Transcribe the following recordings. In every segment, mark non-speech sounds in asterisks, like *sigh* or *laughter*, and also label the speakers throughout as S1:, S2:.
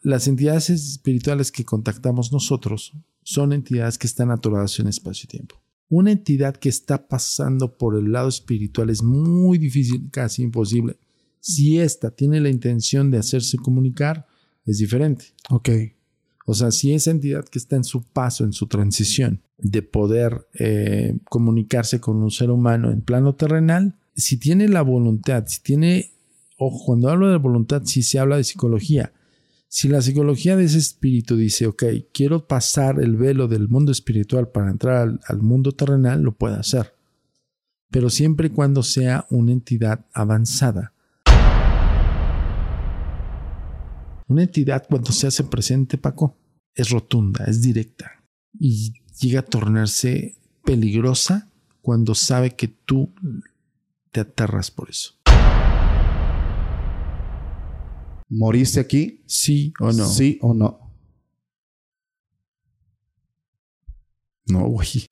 S1: las entidades espirituales que contactamos nosotros son entidades que están atoradas en espacio-tiempo. Una entidad que está pasando por el lado espiritual es muy difícil, casi imposible. Si ésta tiene la intención de hacerse comunicar, es diferente.
S2: Ok.
S1: O sea, si esa entidad que está en su paso, en su transición de poder eh, comunicarse con un ser humano en plano terrenal, si tiene la voluntad, si tiene, ojo, cuando hablo de voluntad, si se habla de psicología, si la psicología de ese espíritu dice, ok, quiero pasar el velo del mundo espiritual para entrar al, al, mundo terrenal, lo puede hacer. Pero siempre y cuando sea una entidad avanzada. Una entidad cuando se hace presente, Paco, es rotunda, es directa. Y llega a tornarse peligrosa cuando sabe que tú te aterras por eso.
S2: ¿Moriste aquí?
S1: Sí o no.
S2: Sí o no.
S1: No, güey.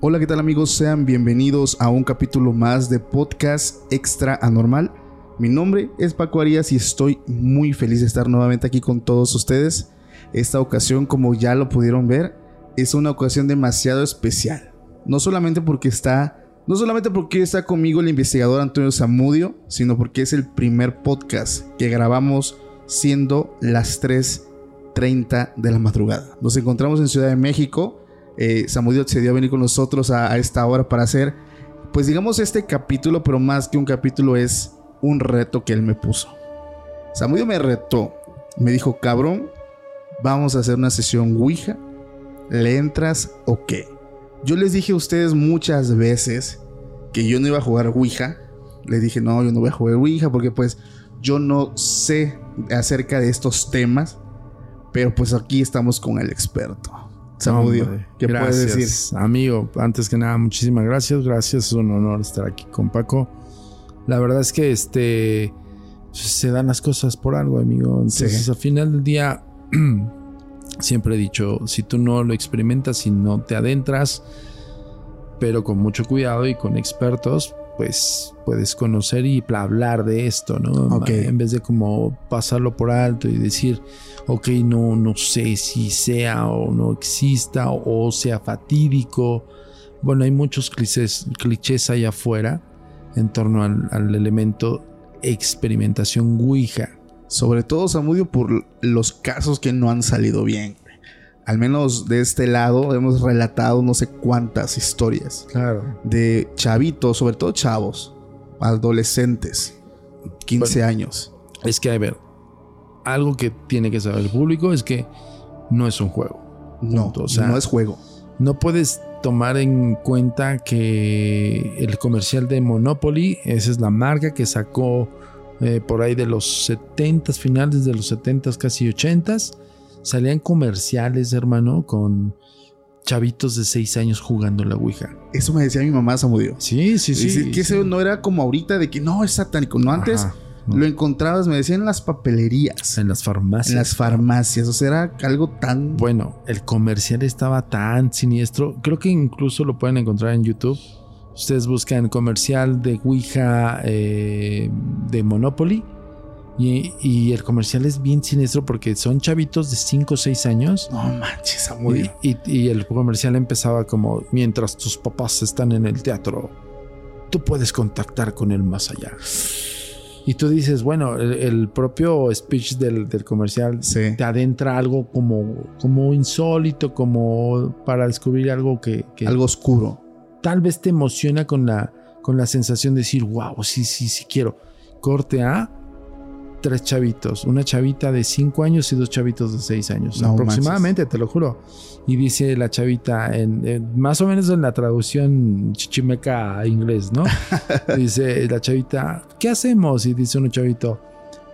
S2: Hola, ¿qué tal amigos? Sean bienvenidos a un capítulo más de Podcast Extra Anormal. Mi nombre es Paco Arias y estoy muy feliz de estar nuevamente aquí con todos ustedes. Esta ocasión, como ya lo pudieron ver, es una ocasión demasiado especial. No solamente porque está, no solamente porque está conmigo el investigador Antonio Zamudio, sino porque es el primer podcast que grabamos siendo las 3.30 de la madrugada. Nos encontramos en Ciudad de México. Eh, Samudio se dio a venir con nosotros a, a, esta hora para hacer, pues digamos, este capítulo, pero más que un capítulo es un reto que él me puso. Samudio me retó, me dijo, cabrón, vamos a hacer una sesión Ouija, ¿le entras o okay? qué? Yo les dije a ustedes muchas veces que yo no iba a jugar Ouija, les dije, no, yo no voy a jugar Ouija porque pues yo no sé acerca de estos temas, pero pues aquí estamos con el experto. Samudio. No, ¿Qué
S1: gracias,
S2: puedes decir?
S1: Amigo, antes que nada, muchísimas gracias. Gracias, es un honor estar aquí con Paco. La verdad es que este se dan las cosas por algo, amigo. Entonces, sí. al final del día, *clears throat* siempre he dicho: si tú no lo experimentas, si no te adentras, pero con mucho cuidado y con expertos, pues puedes conocer y hablar de esto, ¿no?
S2: Okay.
S1: En vez de como pasarlo por alto y decir, ok, no, no sé si sea o no exista o, o sea fatídico. Bueno, hay muchos clichés, clichés allá afuera en torno al, al, elemento experimentación Ouija.
S2: Sobre todo, Samudio, por los casos que no han salido bien. Al menos de este lado hemos relatado no sé cuántas historias.
S1: Claro.
S2: De chavitos, sobre todo chavos, adolescentes, 15 bueno, años.
S1: Es que, a ver, algo que tiene que saber el público es que no es un juego.
S2: No, o sea, no es juego.
S1: No puedes tomar en cuenta que el comercial de Monopoly, esa es la marca que sacó eh, por ahí de los 70s, finales de los 70s, casi 80s. Salían comerciales, hermano, con chavitos de 6 años jugando la Ouija.
S2: Eso me decía mi mamá, Samudio.
S1: Sí, sí, sí.
S2: Es decir, que
S1: sí.
S2: eso no era como ahorita de que no es satánico. No, antes. Ajá. No. Lo encontrabas, me decían, en las papelerías.
S1: En las farmacias.
S2: En las farmacias. O sea, era algo tan.
S1: Bueno, el comercial estaba tan siniestro. Creo que incluso lo pueden encontrar en YouTube. Ustedes buscan comercial de Ouija eh, de Monopoly. Y, y, el comercial es bien siniestro porque son chavitos de 5 o 6 años.
S2: No manches, Samudio.
S1: Y, y, y el comercial empezaba como: mientras tus papás están en el teatro, tú puedes contactar con el más allá. Y tú dices, bueno, el, el propio speech del, del comercial
S2: sí.
S1: te adentra algo como, como insólito, como para descubrir algo que, que,
S2: Algo oscuro.
S1: Tal vez te emociona con la, con la sensación de decir, wow, sí, sí, sí quiero. Corte A, tres chavitos, una chavita de cinco años y dos chavitos de seis años, no aproximadamente, manches. te lo juro. Y dice la chavita, en, en, más o menos en la traducción chichimeca a inglés, *laughs* ¿no? dice la chavita, ¿qué hacemos? Y dice un chavito,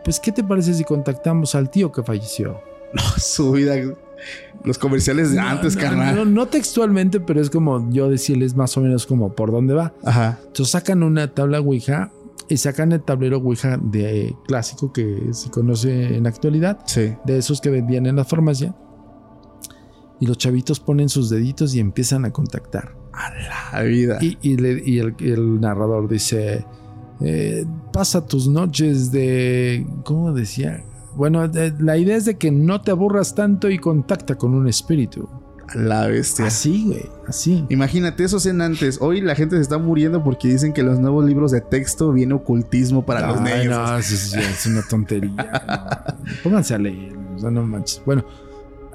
S1: pues ¿qué te parece si contactamos al tío que falleció?
S2: No, su vida. Los comerciales de antes,
S1: no,
S2: carnal.
S1: No, no textualmente, pero es como yo decirles más o menos como por dónde va.
S2: Ajá.
S1: Entonces sacan una tabla Ouija y sacan el tablero Ouija de clásico que se conoce en la actualidad,
S2: Sí.
S1: de esos que vendían en la farmacia. Y los chavitos ponen sus deditos y empiezan a contactar.
S2: La vida.
S1: Y, y le- y el, el narrador dice, eh, pasa tus noches de... ¿Cómo decía? Bueno, de- la idea es de que no te aburras tanto y contacta con un espíritu.
S2: A la bestia.
S1: Así, güey, así.
S2: Imagínate esos en antes. Hoy la gente se está muriendo porque dicen que en los nuevos libros de texto viene ocultismo para los
S1: Ay,
S2: niños.
S1: Ah, No, eso sí es una tontería. no. Pónganse a leer, o sea, no manches. Bueno,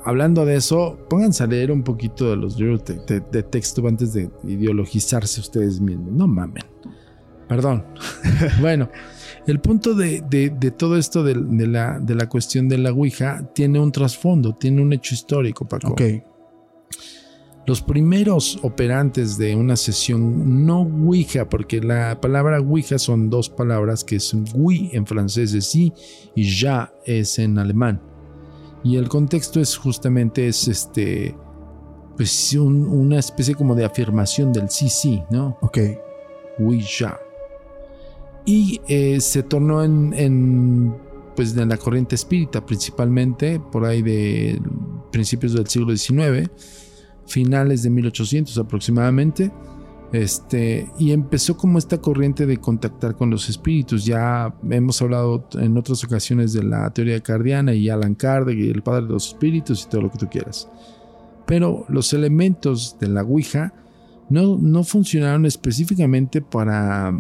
S1: hablando de eso, pónganse a leer un poquito de los libros de, de- de texto antes de ideologizarse ustedes mismos. No mamen. Perdón. *laughs* bueno, el punto de, de- de todo esto de, de la, de la cuestión de la Ouija tiene un trasfondo, tiene un hecho histórico, Paco.
S2: Ok.
S1: Los primeros operantes de una sesión no Ouija, porque la palabra Ouija son dos palabras que es Wii en francés es sí y ya es en alemán. Y el contexto es justamente es este pues un- una especie como de afirmación del sí sí, ¿no?
S2: Ok.
S1: Ouija. Y eh, se tornó en, en, pues, en la corriente espírita principalmente, por ahí de principios del siglo XIX, finales de 1800 aproximadamente. Este, y empezó como esta corriente de contactar con los espíritus. Ya hemos hablado en otras ocasiones de la teoría cardiana y Alan Kardec y el padre de los espíritus y todo lo que tú quieras. Pero los elementos de la Ouija no, no funcionaron específicamente para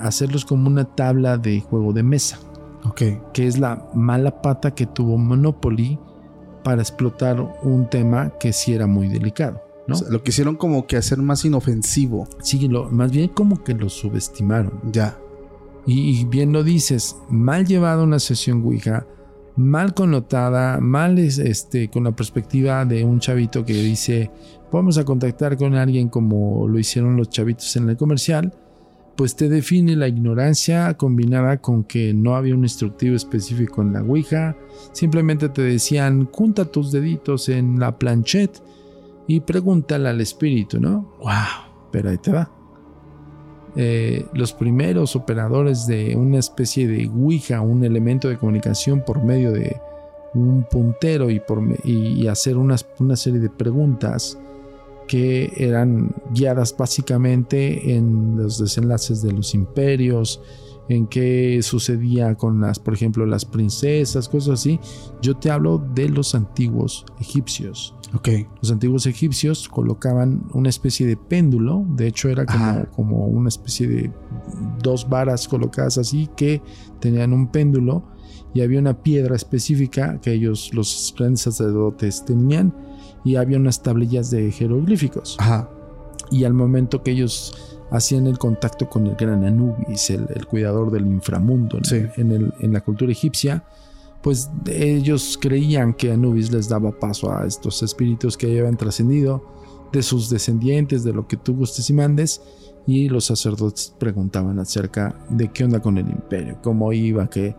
S1: hacerlos como una tabla de juego de mesa,
S2: Ok.
S1: que es la mala pata que tuvo Monopoly para explotar un tema que sí era muy delicado. ¿no?
S2: O sea, lo quisieron como que hacer más inofensivo.
S1: Sí, lo- más bien como que lo subestimaron.
S2: Ya.
S1: Y, y bien lo dices, mal llevada una sesión Ouija, mal connotada, mal es- este, con la perspectiva de un chavito que dice, vamos a contactar con alguien como lo hicieron los chavitos en el comercial, pues te define la ignorancia combinada con que no había un instructivo específico en la Ouija, simplemente te decían, junta tus deditos en la planchette y pregúntale al espíritu, ¿no?
S2: Wow.
S1: pero ahí te va. Eh, los primeros operadores de una especie de Ouija, un elemento de comunicación por medio de un puntero y, por me- y- y hacer unas- una serie de preguntas que eran guiadas básicamente en los desenlaces de los imperios, en qué sucedía con las, por ejemplo, las princesas, cosas así. Yo te hablo de los antiguos egipcios.
S2: Ok.
S1: Los antiguos egipcios colocaban una especie de péndulo, de hecho era como,
S2: Ajá.
S1: como una especie de dos varas colocadas así que tenían un péndulo y había una piedra específica que ellos, los grandes sacerdotes, tenían y había unas tablillas de jeroglíficos.
S2: Ajá.
S1: Y al momento que ellos hacían el contacto con el gran Anubis, el, el cuidador del inframundo en-
S2: Sí.
S1: en, el- en la cultura egipcia, pues ellos creían que Anubis les daba paso a estos espíritus que ya habían trascendido, de sus descendientes, de lo que tú gustes y mandes. Y los sacerdotes preguntaban acerca de qué onda con el imperio, cómo iba, qué,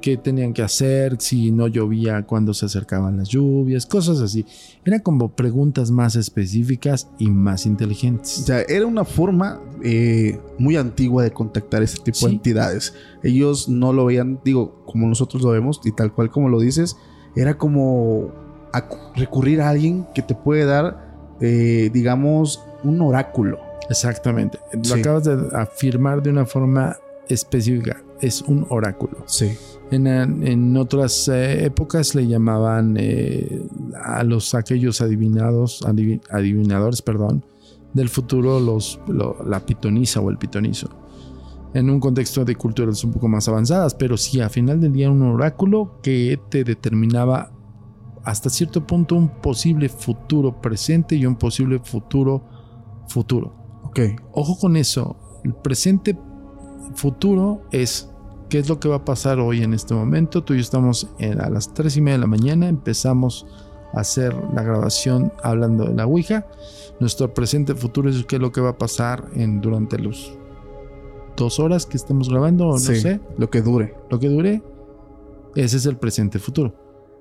S1: qué tenían que hacer, si no llovía, cuándo se acercaban las lluvias, cosas así. Eran como preguntas más específicas y más
S2: O
S1: inteligentes.
S2: sea, era una forma eh, muy antigua de contactar este tipo de
S1: Sí.
S2: entidades. Ellos no lo veían, digo, como nosotros lo vemos y tal cual como lo dices, era como acu- recurrir a alguien que te puede dar, eh, digamos, un oráculo.
S1: Exactamente. Lo
S2: Sí.
S1: acabas de afirmar de una forma específica. Es un oráculo.
S2: Sí.
S1: En, en otras eh, épocas le llamaban eh, a los aquellos adivinados, adivi- adivinadores, perdón, del futuro los, lo- la pitonisa o el pitonizo. En un contexto de culturas un poco más avanzadas, pero sí, a final del día un oráculo que te determinaba hasta cierto punto un posible futuro presente y un posible futuro futuro
S2: Ok.
S1: ojo con eso. El presente futuro es qué es lo que va a pasar hoy en este momento. Tú y yo estamos en- a las 3 y media de la mañana. Empezamos a hacer la grabación hablando de la Ouija. Nuestro presente futuro es qué es lo que va a pasar en, durante los dos horas que estemos grabando, o no
S2: Sí,
S1: sé,
S2: Lo que dure.
S1: lo que dure. Ese es el presente futuro.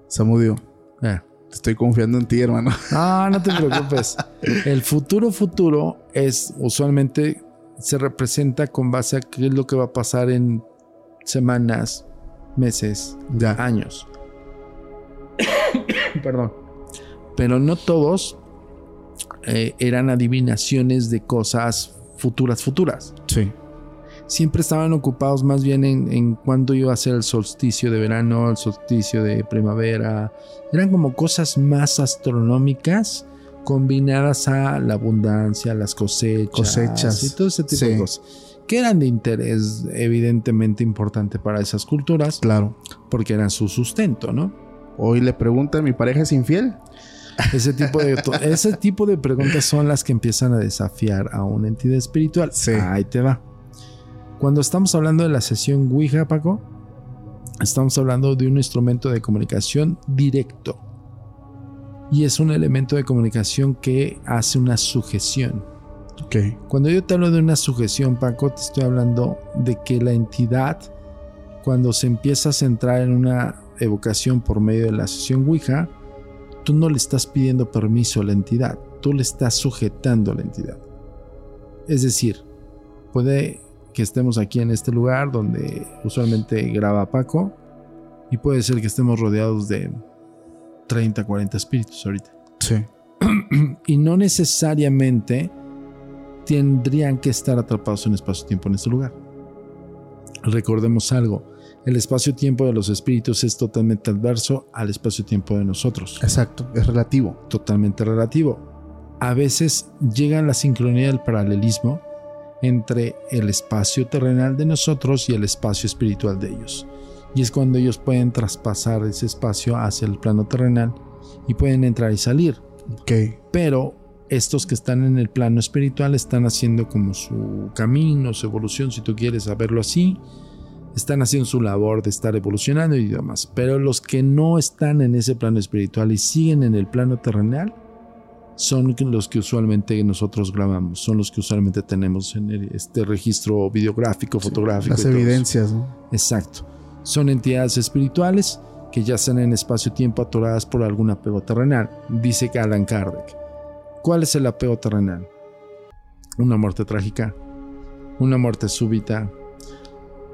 S2: Samudio.
S1: Eh.
S2: Te estoy confiando en
S1: *laughs*
S2: ti, hermano.
S1: No, no te preocupes. El futuro futuro es usualmente se representa con base a qué es lo que va a pasar en semanas, meses,
S2: Ya.
S1: años. Perdón. Pero no todos eh, eran adivinaciones de cosas futuras, futuras.
S2: Sí.
S1: Siempre estaban ocupados más bien en, en cuándo iba a ser el solsticio de verano, el solsticio de primavera. Eran como cosas más astronómicas combinadas a la abundancia, las cosechas,
S2: Cosechas.
S1: y todo ese tipo
S2: Sí.
S1: de cosas. Que eran de interés evidentemente importante para esas culturas
S2: Claro.
S1: porque eran su sustento, ¿no?
S2: Hoy le preguntan, ¿mi pareja es infiel?
S1: Ese tipo de, to- ese tipo de preguntas son las que empiezan a desafiar a una entidad espiritual.
S2: Sí.
S1: Ahí te va. Cuando estamos hablando de la sesión Ouija, Paco, estamos hablando de un instrumento de comunicación directo. Y es un elemento de comunicación que hace una sujeción.
S2: Ok.
S1: Cuando yo te hablo de una sujeción, Paco, te estoy hablando de que la entidad, cuando se empieza a centrar en una evocación por medio de la sesión Ouija, tú no le estás pidiendo permiso a la entidad, tú le estás sujetando a la entidad. Es decir, puede que estemos aquí en este lugar donde usualmente graba Paco, y puede ser que estemos rodeados de 30, 40 espíritus ahorita
S2: Sí.
S1: y no necesariamente tendrían que estar atrapados en espacio-tiempo en este lugar. Recordemos algo, el espacio-tiempo de los espíritus es totalmente adverso al espacio-tiempo de nosotros,
S2: Exacto. Es relativo.
S1: totalmente relativo. A veces llega la sincronía del paralelismo entre el espacio terrenal de nosotros y el espacio espiritual de ellos. Y es cuando ellos pueden traspasar ese espacio hacia el plano terrenal y pueden entrar y salir
S2: Ok.
S1: pero estos que están en el plano espiritual están haciendo como su camino, su evolución, si tú quieres saberlo así, están haciendo su labor de estar evolucionando y demás, pero los que no están en ese plano espiritual y siguen en el plano terrenal, son los que usualmente nosotros grabamos, son los que usualmente tenemos en el- este registro videográfico, fotográfico. y
S2: Las
S1: todo eso.
S2: evidencias, ¿no?
S1: Exacto. Son entidades espirituales que ya están en espacio-tiempo atoradas por algún apego terrenal, dice Alan Kardec. ¿Cuál es el apego terrenal? Una muerte trágica, una muerte súbita,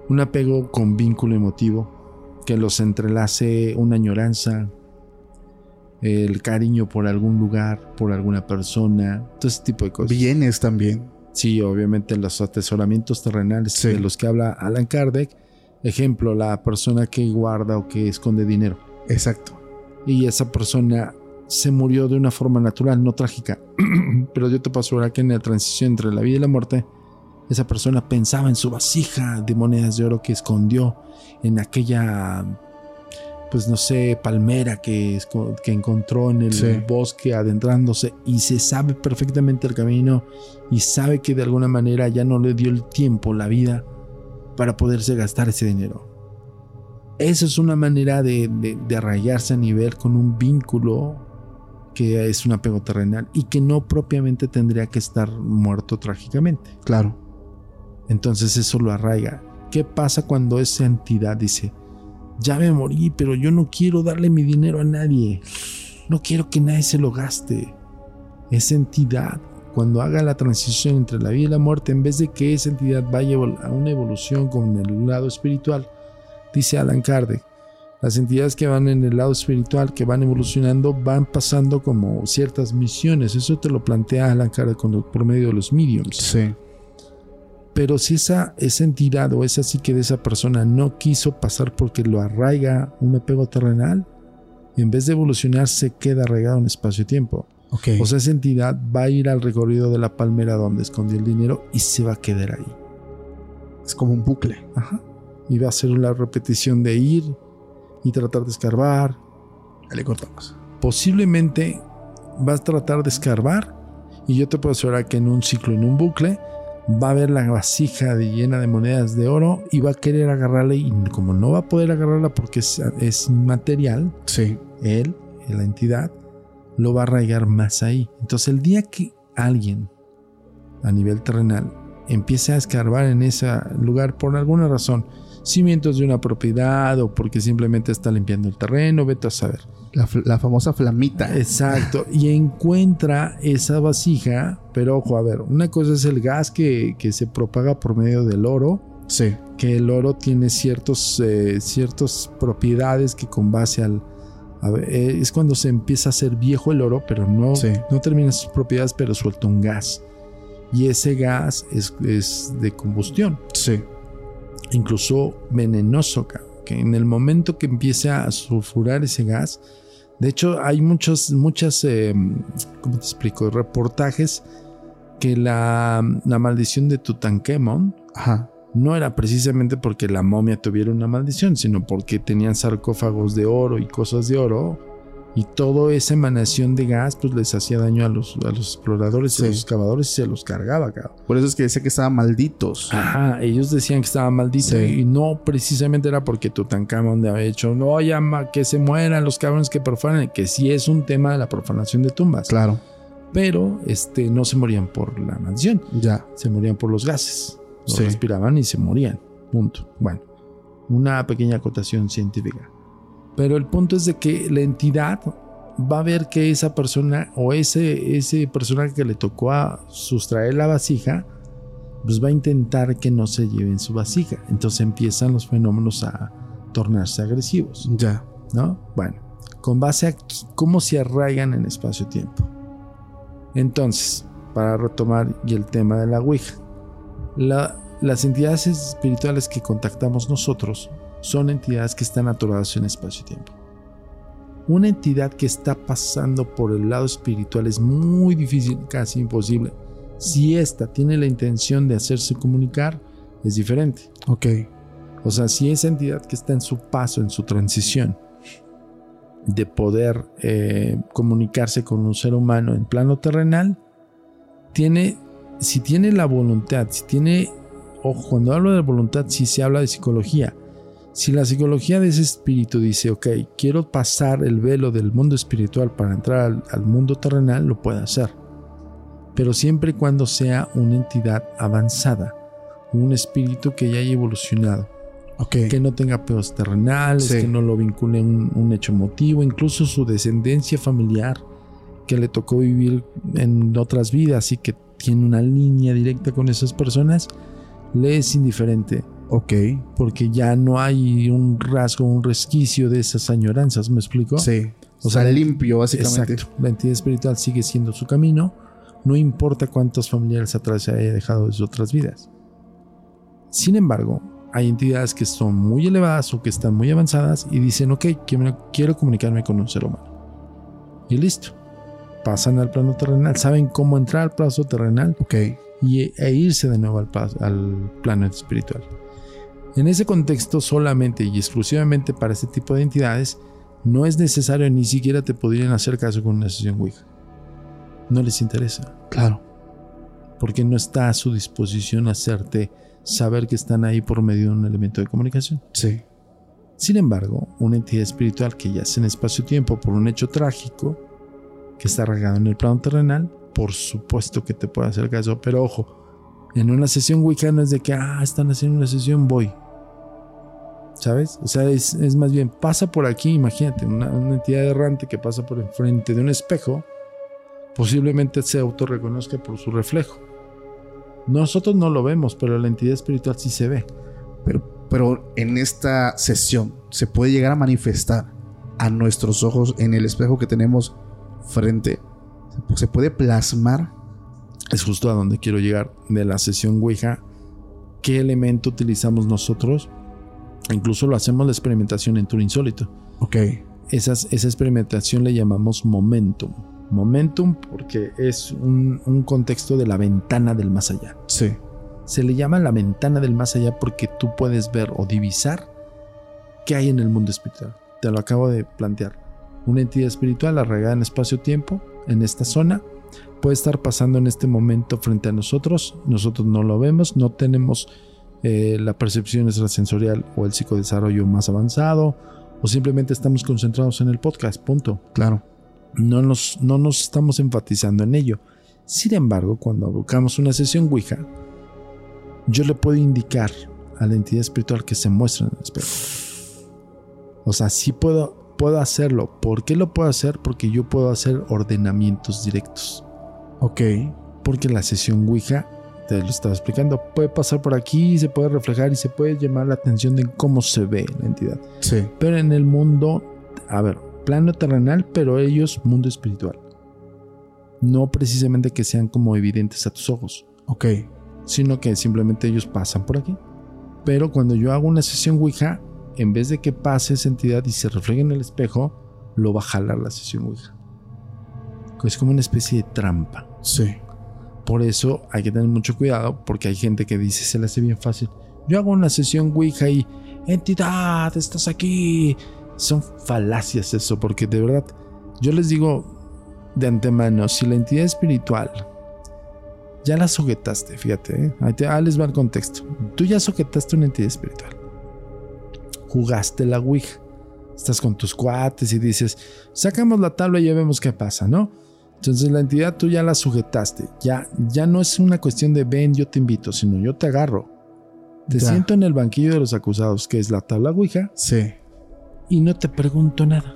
S1: un apego con vínculo emotivo que los entrelace una añoranza, el cariño por algún lugar, por alguna persona, todo ese tipo de cosas.
S2: Bienes también.
S1: Sí, obviamente los atesoramientos terrenales
S2: Sí.
S1: de los que habla Alan Kardec. Ejemplo, la persona que guarda o que esconde dinero.
S2: Exacto.
S1: Y esa persona se murió de una forma natural, no trágica. *clears throat* Pero yo te puedo asegurar que en la transición entre la vida y la muerte, esa persona pensaba en su vasija de monedas de oro que escondió en aquella, pues no sé, palmera que, esco- que encontró en el
S2: Sí.
S1: bosque adentrándose y se sabe perfectamente el camino y sabe que de alguna manera ya no le dio el tiempo, la vida, para poderse gastar ese dinero. Eso es una manera de, de, de arraigarse a nivel con un vínculo que es un apego terrenal y que no propiamente tendría que estar muerto trágicamente.
S2: Claro.
S1: Entonces eso lo arraiga. ¿Qué pasa cuando esa entidad dice, ya me morí, pero yo no quiero darle mi dinero a nadie? No quiero que nadie se lo gaste. Esa entidad, cuando haga la transición entre la vida y la muerte, en vez de que esa entidad vaya evol- a una evolución con el lado espiritual, dice Alan Kardec, las entidades que van en el lado espiritual, que van evolucionando, van pasando como ciertas misiones. Eso te lo plantea Alan Kardec con lo- por medio de los mediums.
S2: Sí.
S1: Pero si esa, esa entidad o esa psique de esa persona no quiso pasar porque lo arraiga un apego terrenal, en vez de evolucionar se queda arraigado en espacio-tiempo.
S2: Ok.
S1: O sea, esa entidad va a ir al recorrido de la palmera donde escondió el dinero y se va a quedar ahí.
S2: es como un bucle.
S1: Ajá. Y va a ser una repetición de ir y tratar de escarbar.
S2: Le cortamos.
S1: Posiblemente vas a tratar de escarbar y yo te puedo asegurar que en un ciclo, en un bucle, va a ver la vasija de- llena de monedas de oro y va a querer agarrarla y como no va a poder agarrarla porque es, es material,
S2: Sí.
S1: él, la entidad, lo va a arraigar más ahí. Entonces el día que alguien a nivel terrenal empiece a escarbar en ese lugar por alguna razón, cimientos de una propiedad o porque simplemente está limpiando el terreno, vete a saber.
S2: La, la, famosa flamita.
S1: Exacto. Y encuentra esa vasija, pero ojo, a ver, una cosa es el gas que, que se propaga por medio del oro.
S2: Sí.
S1: Que el oro tiene ciertos, eh, ciertas propiedades que con base al... A ver, eh, es cuando se empieza a hacer viejo el oro, pero no, sí. no termina sus propiedades, pero suelta un gas. Y ese gas es, es de combustión.
S2: Sí.
S1: Incluso venenoso, que en el momento que empiece a sulfurar ese gas, de hecho, hay muchos, muchas, eh, ¿cómo te explico? Reportajes que la, la maldición de Tutankamón
S2: Ajá.
S1: no era precisamente porque la momia tuviera una maldición, sino porque tenían sarcófagos de oro y cosas de oro. Y toda esa emanación de gas pues les hacía daño a los, a los exploradores sí. y a los excavadores y se los cargaba, cabrón.
S2: Por eso es que decía que estaban malditos.
S1: Ajá, ellos decían que estaban malditos. Sí. Y no precisamente era porque Tutankamón había hecho, no, llama, que se mueran los cabrones que profanan, que sí es un tema de la profanación de tumbas.
S2: Claro.
S1: Pero este, no se morían por la mansión.
S2: Ya.
S1: Se morían por los gases. Los sí. respiraban y se morían. Punto. Bueno, una pequeña acotación científica. Pero el punto es de que la entidad va a ver que esa persona o ese, ese personaje que le tocó a sustraer la vasija, pues va a intentar que no se lleven su vasija. Entonces empiezan los fenómenos a tornarse agresivos.
S2: Ya.
S1: ¿No? Bueno, con base a cómo se arraigan en espacio-tiempo. Entonces, para retomar y el tema de la Ouija, la, las entidades espirituales que contactamos nosotros son entidades que están atoradas en espacio-tiempo. Una entidad que está pasando por el lado espiritual es muy difícil, casi imposible. Si ésta tiene la intención de hacerse comunicar, es diferente.
S2: Ok.
S1: O sea, si esa entidad que está en su paso, en su transición, de poder eh, comunicarse con un ser humano en plano terrenal, tiene, si tiene la voluntad, si tiene, ojo, cuando hablo de voluntad, si se habla de psicología, si la psicología de ese espíritu dice, ok, quiero pasar el velo del mundo espiritual para entrar al, al, mundo terrenal, lo puede hacer. Pero siempre y cuando sea una entidad avanzada, un espíritu que ya haya evolucionado.
S2: Okay.
S1: Que no tenga peos terrenales, sí. que no lo vincule un, un hecho motivo, incluso su descendencia familiar que le tocó vivir en otras vidas y que tiene una línea directa con esas personas, le es indiferente.
S2: Ok.
S1: Porque ya no hay un rasgo, un resquicio de esas añoranzas, ¿me explico?
S2: Sí. O sea, limpio, básicamente.
S1: Exacto. La entidad espiritual sigue siendo su camino, no importa cuántos familiares atrás se haya dejado de sus otras vidas. Sin embargo, hay entidades que son muy elevadas o que están muy avanzadas y dicen, ok, quiero comunicarme con un ser humano. Y listo. Pasan al plano terrenal, saben cómo entrar al plano terrenal
S2: okay.
S1: y, e irse de nuevo al, al plano espiritual. En ese contexto solamente y exclusivamente para este tipo de entidades, no es necesario ni siquiera te podrían hacer caso con una sesión Ouija. No les interesa.
S2: Claro.
S1: Porque no está a su disposición hacerte saber que están ahí por medio de un elemento de comunicación.
S2: Sí.
S1: Sin embargo, una entidad espiritual que yace en espacio-tiempo por un hecho trágico, que está regado en el plano terrenal, por supuesto que te puede hacer caso, pero ojo, en una sesión Wicca no es de que, ah, están haciendo una sesión, voy. ¿Sabes? O sea, es, es más bien, pasa por aquí, imagínate, una, una, entidad errante que pasa por enfrente de un espejo, posiblemente se autorreconozca por su reflejo. Nosotros no lo vemos, pero la entidad espiritual sí se ve.
S2: Pero, pero en esta sesión se puede llegar a manifestar a nuestros ojos en el espejo que tenemos frente. Se puede plasmar
S1: es justo a donde quiero llegar de la sesión Ouija. ¿Qué elemento utilizamos nosotros? Incluso lo hacemos la experimentación en Tour Insólito.
S2: Ok.
S1: Esas, esa experimentación le llamamos momentum. Momentum porque es un, un, contexto de la ventana del más allá.
S2: Sí.
S1: Se le llama la ventana del más allá porque tú puedes ver o divisar qué hay en el mundo espiritual. Te lo acabo de plantear. Una entidad espiritual arraigada en espacio-tiempo, en esta zona, puede estar pasando en este momento frente a nosotros. Nosotros no lo vemos, no tenemos eh, la percepción extrasensorial o el psicodesarrollo más avanzado, o simplemente estamos concentrados en el podcast, punto.
S2: Claro.
S1: No nos, no nos estamos enfatizando en ello. Sin embargo, cuando buscamos una sesión Ouija, yo le puedo indicar a la entidad espiritual que se muestra en el espejo. O sea, sí puedo, puedo hacerlo. ¿Por qué lo puedo hacer? Porque yo puedo hacer ordenamientos directos.
S2: Ok.
S1: Porque la sesión Ouija, te lo estaba explicando, puede pasar por aquí, se puede reflejar y se puede llamar la atención de cómo se ve la entidad.
S2: Sí.
S1: Pero en el mundo, a ver, plano terrenal, pero ellos mundo espiritual. No precisamente que sean como evidentes a tus ojos,
S2: Ok.
S1: sino que simplemente ellos pasan por aquí. Pero cuando yo hago una sesión Ouija, en vez de que pase esa entidad y se refleje en el espejo, lo va a jalar la sesión Ouija. Es como una especie de trampa.
S2: Sí.
S1: Por eso hay que tener mucho cuidado, porque hay gente que dice, se le hace bien fácil. Yo hago una sesión Ouija y, entidad, estás aquí. Son falacias eso, porque de verdad, yo les digo de antemano, si la entidad espiritual, ya la soquetaste, fíjate, ¿eh? ahí, te- ahí les va el contexto. Tú ya soquetaste una entidad espiritual. Jugaste la Ouija. Estás con tus cuates y dices, sacamos la tabla y ya vemos qué pasa, ¿no? Entonces la entidad tú ya la sujetaste. Ya, ya no es una cuestión de ven, yo te invito, sino yo te agarro. Te
S2: Ya.
S1: siento en el banquillo de los acusados, que es la tabla Ouija,
S2: Sí.
S1: y no te pregunto nada.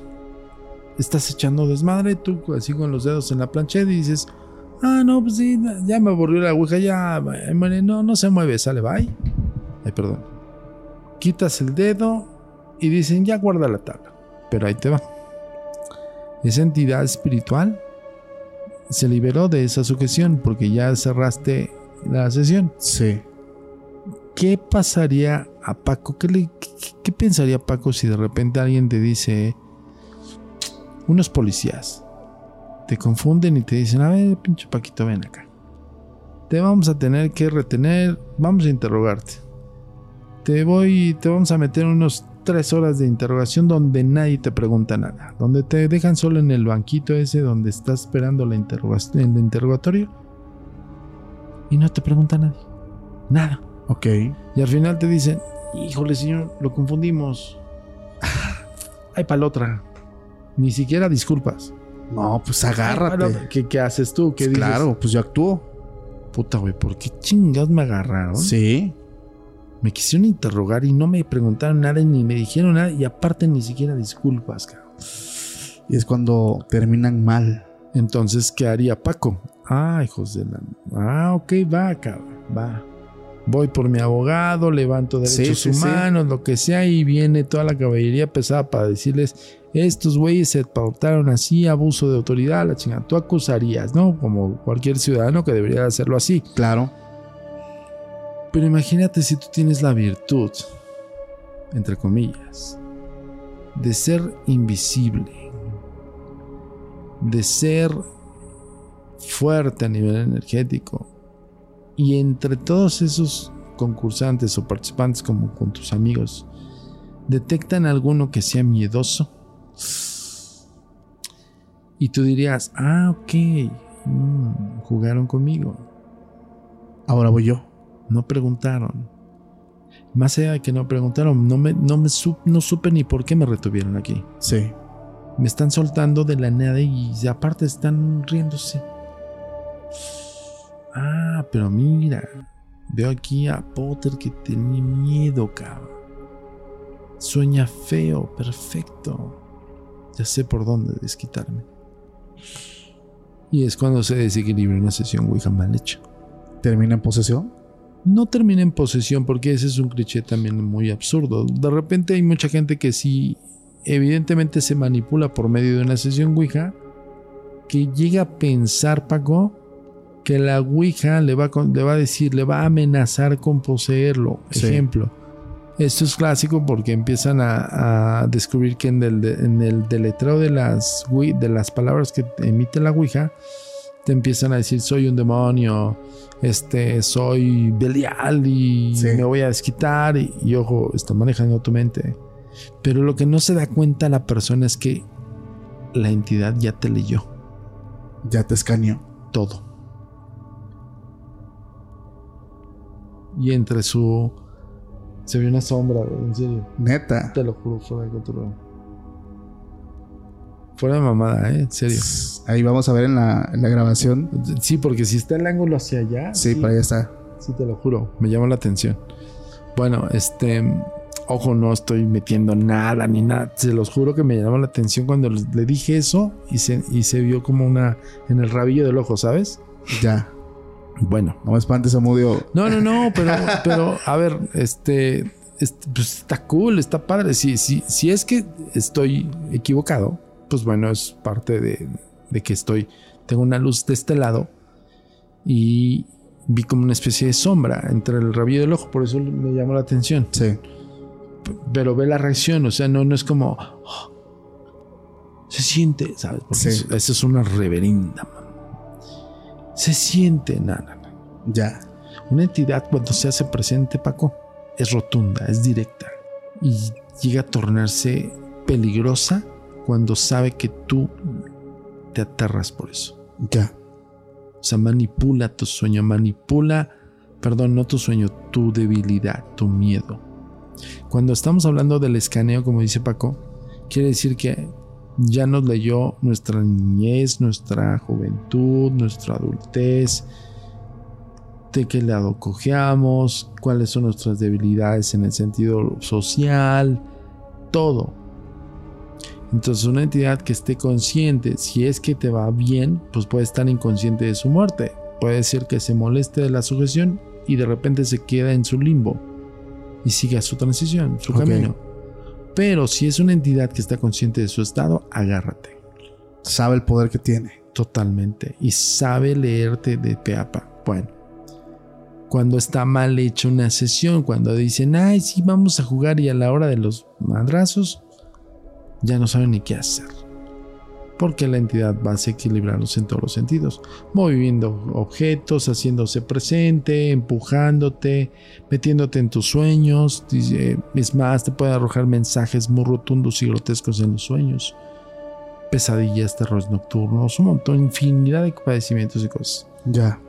S1: Estás echando desmadre, tú así con los dedos en la plancheta y dices, ah, no, pues sí, ya me aburrió la Ouija, ya, eh, mire, no, no se mueve, sale, bye. Ay, perdón. Quitas el dedo y dicen, ya guarda la tabla. Pero ahí te va. Esa entidad espiritual se liberó de esa sujeción porque ya cerraste la sesión.
S2: Sí.
S1: ¿qué pasaría a Paco? ¿Qué, le- qué- qué pensaría Paco si de repente alguien te dice, unos policías, te confunden y te dicen, a ver, pinche Paquito, ven acá. Te vamos a tener que retener, vamos a interrogarte. Te voy, te vamos a meter unos tres horas de interrogación donde nadie te pregunta nada, donde te dejan solo en el banquito ese donde estás esperando la interrogación, el interrogatorio y no te pregunta nadie, nada.
S2: Ok.
S1: Y al final te dicen, híjole señor, lo
S2: *laughs*
S1: confundimos. Hay palotra. Ni siquiera disculpas.
S2: No, pues
S1: Ay,
S2: agárrate.
S1: palotra. ¿Qué, qué haces tú? ¿Qué dices?
S2: claro, pues yo actúo.
S1: Puta, güey, ¿por qué chingados me agarraron?
S2: Sí.
S1: Me quisieron interrogar y no me preguntaron nada ni me dijeron nada y aparte ni siquiera disculpas, cabrón.
S2: Y es cuando terminan mal.
S1: Entonces, ¿qué haría Paco? Ah, hijos de la... Ah, ok, va, cabrón, va. Voy por mi abogado, levanto
S2: Sí,
S1: derechos
S2: sí, sí.
S1: humanos, lo que sea, y viene toda la caballería pesada para decirles, estos güeyes se portaron así, abuso de autoridad, la chingada. Tú acusarías, ¿no? Como cualquier ciudadano que debería hacerlo así.
S2: Claro.
S1: Pero imagínate si tú tienes la virtud, entre comillas, de ser invisible, de ser fuerte a nivel energético, y entre todos esos concursantes o participantes como con tus amigos, detectan alguno que sea miedoso, y tú dirías, ah, ok, mm, jugaron conmigo,
S2: Ahora voy yo.
S1: no preguntaron. Más allá de que no preguntaron, no, me, no, me sup- no supe ni por qué me retuvieron aquí.
S2: Sí.
S1: Me están soltando de la nada y aparte están riéndose. Ah, pero mira, veo aquí a Potter que tiene miedo, cabrón. Sueña feo, perfecto. Ya sé por dónde desquitarme. Y es cuando se desequilibra una sesión Ouija mal hecha.
S2: Termina en posesión.
S1: no termina en posesión, porque ese es un cliché también muy absurdo. De repente hay mucha gente que sí, evidentemente se manipula por medio de una sesión Ouija, que llega a pensar, Paco, que la Ouija le va, a con- le va a decir, le va a amenazar con poseerlo.
S2: Sí.
S1: Ejemplo. Esto es clásico porque empiezan a, a descubrir que en el, de- en el deletreo de las, Ouija- de las palabras que emite la Ouija, te empiezan a decir, soy un demonio, este, soy Belial y
S2: Sí.
S1: me voy a desquitar. Y, y ojo, están manejando tu mente. Pero lo que no se da cuenta la persona es que la entidad ya te leyó
S2: Ya te escaneó.
S1: todo. Y entre su. Se vio una sombra, güey, en serio.
S2: Neta.
S1: Te lo juro, fuera de control. Fuera de mamada, ¿eh? En serio.
S2: Ahí vamos a ver en la, en la grabación.
S1: Sí, porque si está el ángulo hacia allá.
S2: Sí, para allá está.
S1: Sí, te lo juro, me llamó la atención. Bueno, este, ojo, no estoy metiendo nada ni nada. Se los juro que me llamó la atención cuando le dije eso y se, y se vio como una en el rabillo del ojo, ¿sabes?
S2: Ya.
S1: Bueno.
S2: No me espantes, Amudio.
S1: No, no, no, pero, pero a ver, este, este, pues, está cool, está padre. Si, si, si es que estoy equivocado, pues bueno, es parte de, de que estoy, tengo una luz de este lado y vi como una especie de sombra entre el rabillo del ojo, por eso me llamó la atención.
S2: Sí.
S1: P- Pero ve la reacción, o sea, no, no es como "Oh", se siente, ¿sabes? Porque
S2: Sí.
S1: eso, eso es una reverenda. man. Se siente, na, na, na.
S2: Ya.
S1: Una entidad cuando se hace presente, Paco, es rotunda, es directa y llega a tornarse peligrosa cuando sabe que tú te aterras por eso.
S2: Ya.
S1: O sea, manipula tu sueño, manipula, perdón, no tu sueño, tu debilidad, tu miedo. Cuando estamos hablando del escaneo, como dice Paco, quiere decir que ya nos leyó nuestra niñez, nuestra juventud, nuestra adultez, de qué lado cojeamos, cuáles son nuestras debilidades en el sentido social, todo. Entonces una entidad que esté consciente, si es que te va bien, pues puede estar inconsciente de su muerte. Puede ser que se moleste de la sujeción y de repente se queda en su limbo y siga su transición, su
S2: Ok.
S1: camino. Pero si es una entidad que está consciente de su estado, agárrate
S2: Sabe el poder que tiene.
S1: totalmente y sabe leerte de peapa. Bueno, cuando está mal hecha una sesión, cuando dicen, ay, sí, vamos a jugar y a la hora de los madrazos, ya no saben ni qué hacer. Porque la entidad va a desequilibrarlos en todos los sentidos, moviendo objetos, haciéndose presente, empujándote, metiéndote en tus sueños. dice, Es más, te puede arrojar mensajes muy rotundos y grotescos en los sueños pesadillas, terrores nocturnos, un montón, infinidad de padecimientos y cosas.
S2: Ya.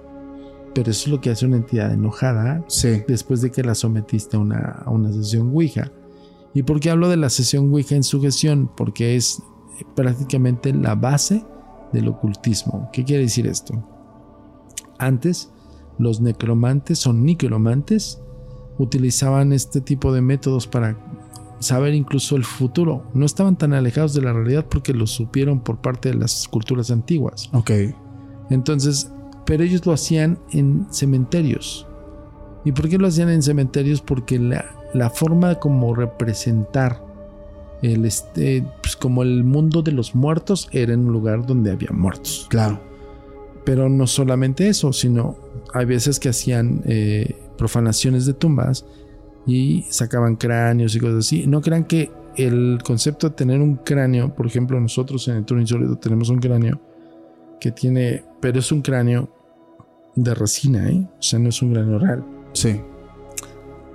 S1: Pero eso es lo que hace una entidad enojada
S2: Sí.
S1: después de que la sometiste a una, a una sesión Ouija. ¿Y por qué hablo de la sesión Ouija en sugestión? Porque es eh, prácticamente la base del ocultismo. ¿Qué quiere decir esto? Antes, los necromantes o necromantes utilizaban este tipo de métodos para saber incluso el futuro. No estaban tan alejados de la realidad porque lo supieron por parte de las culturas antiguas.
S2: Ok.
S1: Entonces, pero ellos lo hacían en cementerios. ¿Y por qué lo hacían en cementerios? Porque la, la forma como representar el este, pues, como el mundo de los muertos era en un lugar donde había muertos.
S2: Claro.
S1: Pero no solamente eso, sino hay veces que hacían eh, profanaciones de tumbas y sacaban cráneos y cosas así. No crean que el concepto de tener un cráneo, por ejemplo, nosotros en el Tour Insólito tenemos un cráneo que tiene, pero es un cráneo de resina, ¿eh? o sea, no es un cráneo real,
S2: Sí.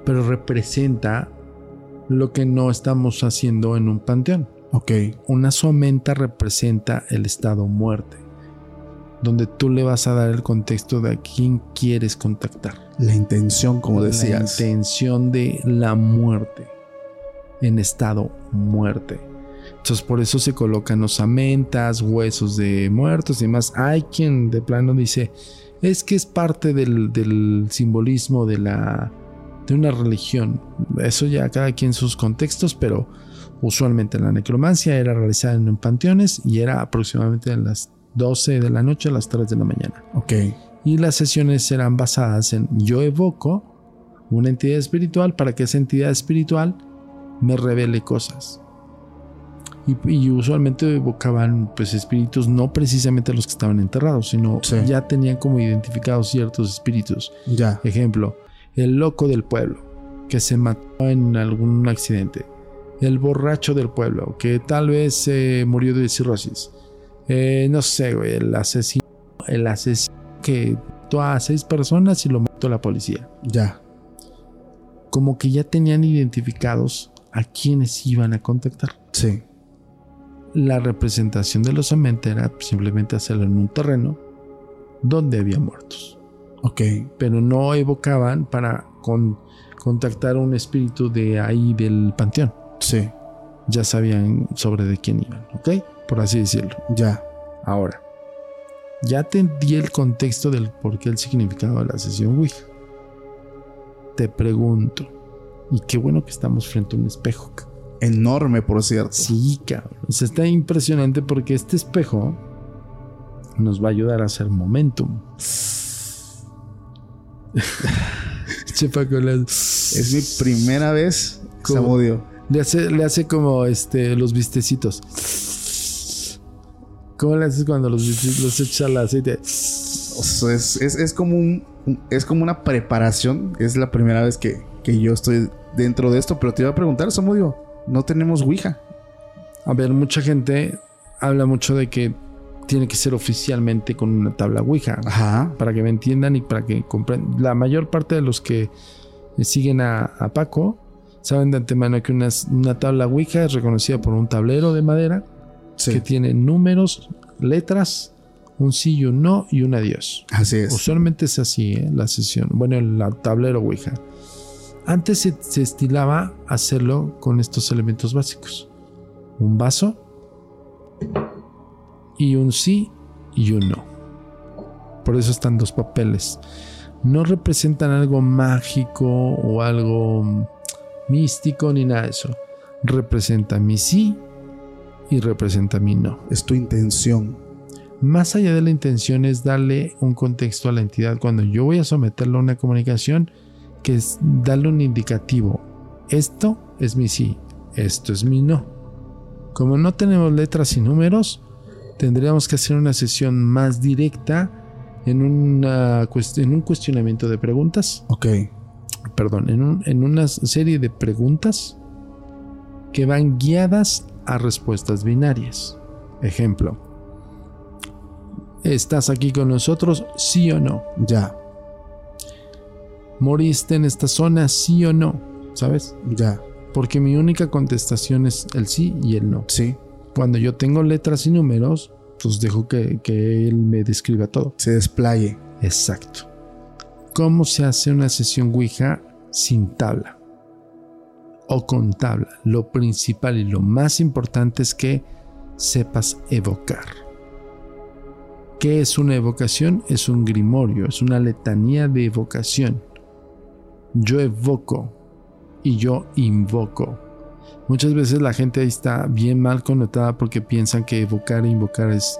S1: pero representa lo que no estamos haciendo en un panteón
S2: Ok.
S1: una somenta representa el estado muerte, donde tú le vas a dar el contexto de a quién quieres contactar.
S2: La intención, como decías.
S1: La intención de la muerte, en estado muerte. Entonces por eso se colocan osamentas, huesos de muertos y demás. Hay quien de plano dice, es que es parte del, del simbolismo de la de una religión. Eso ya cada quien sus contextos, pero usualmente la necromancia era realizada en panteones y era aproximadamente a las 12 de la noche a las 3 de la mañana.
S2: Ok.
S1: Y las sesiones eran basadas en yo evoco una entidad espiritual para que esa entidad espiritual me revele cosas. Y, y usualmente evocaban pues espíritus no precisamente los que estaban enterrados, sino
S2: Sí.
S1: ya tenían como identificados ciertos espíritus.
S2: Ya.
S1: Ejemplo, el loco del pueblo, que se mató en algún accidente. El borracho del pueblo, que tal vez eh, murió de cirrosis. Eh, no sé, güey, el asesino, el asesino que mató a seis personas y lo mató la policía.
S2: Ya.
S1: Como que ya tenían identificados a quienes iban a contactar.
S2: Sí.
S1: La representación de los amantes era simplemente hacerlo en un terreno donde había muertos.
S2: Ok.
S1: pero no evocaban para con- contactar un espíritu de ahí del panteón.
S2: Sí.
S1: Ya sabían sobre de quién iban, ¿ok? Por así decirlo.
S2: Ya.
S1: Ahora, ya te di el contexto del por qué el significado de la sesión Ouija. Te pregunto, Y qué bueno que estamos frente a un espejo. ca-
S2: Enorme, por cierto.
S1: Sí, cabrón. O sea, está impresionante porque este espejo nos va a ayudar a hacer momentum. *laughs* Chepa
S2: Es mi primera vez que
S1: ¿Cómo?
S2: Samudio.
S1: Le hace, le hace como este, los vistecitos. ¿Cómo le haces cuando los vistes los echas al aceite?
S2: O sea, es, es- es como un, un- es como una preparación. Es la primera vez que, que yo estoy dentro de esto. Pero te iba a preguntar, Samudio, no tenemos Ouija.
S1: A ver, mucha gente habla mucho de que tiene que ser oficialmente con una tabla Ouija.
S2: Ajá.
S1: Para que me entiendan y para que comprendan. La mayor parte de los que siguen a, a Paco saben de antemano que unas- una tabla Ouija es reconocida por un tablero de madera que
S2: Sí.
S1: tiene números, letras, un sí y un no y un adiós.
S2: Así es.
S1: Usualmente es así, ¿eh? la sesión. Bueno, el la- tablero Ouija. Antes se, se estilaba hacerlo con estos elementos básicos: un vaso y un sí y un no. Por eso están dos papeles. No representan algo mágico o algo mm, místico ni nada de eso. Representa mi sí y representa mi no
S2: Es tu intención.
S1: más allá de la intención es darle un contexto a la entidad. Cuando yo voy a someterlo a una comunicación, que es darle un indicativo. Esto es mi sí, esto es mi no. Como no tenemos letras y números, tendríamos que hacer una sesión más directa en, una cuest- en un cuestionamiento de preguntas
S2: Ok.
S1: perdón, en, un- en una serie de preguntas que van guiadas a respuestas binarias. Ejemplo, ¿estás aquí con nosotros? Sí o no.
S2: Ya.
S1: ¿Moriste en esta zona? Sí o no. ¿Sabes?
S2: Ya.
S1: Porque mi única contestación es el sí y el no.
S2: Sí.
S1: Cuando yo tengo letras y números, pues dejo que, que él me describa todo.
S2: Se desplaye.
S1: Exacto. ¿Cómo se hace una sesión Ouija sin tabla? O con tabla. Lo principal y lo más importante es que sepas evocar. ¿Qué es una evocación? Es un grimorio, es una letanía de evocación. Yo evoco y yo invoco. Muchas veces la gente ahí está bien mal connotada porque piensan que evocar e invocar es,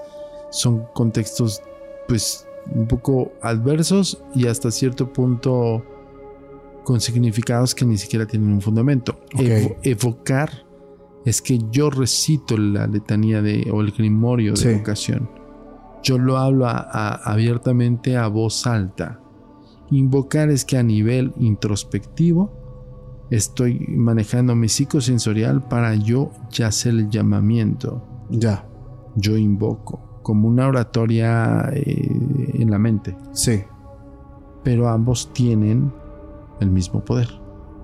S1: son contextos pues un poco adversos y hasta cierto punto con significados que ni siquiera tienen un fundamento.
S2: Ok.
S1: Evo- evocar es que yo recito la letanía de, o el grimorio de
S2: Sí.
S1: evocación. Yo lo hablo a- a- abiertamente a voz alta. Invocar es que a nivel introspectivo estoy manejando mi psicosensorial para yo ya hacer el llamamiento.
S2: Ya.
S1: Yo invoco como una oratoria eh, en la mente,
S2: Sí.
S1: pero ambos tienen el mismo poder.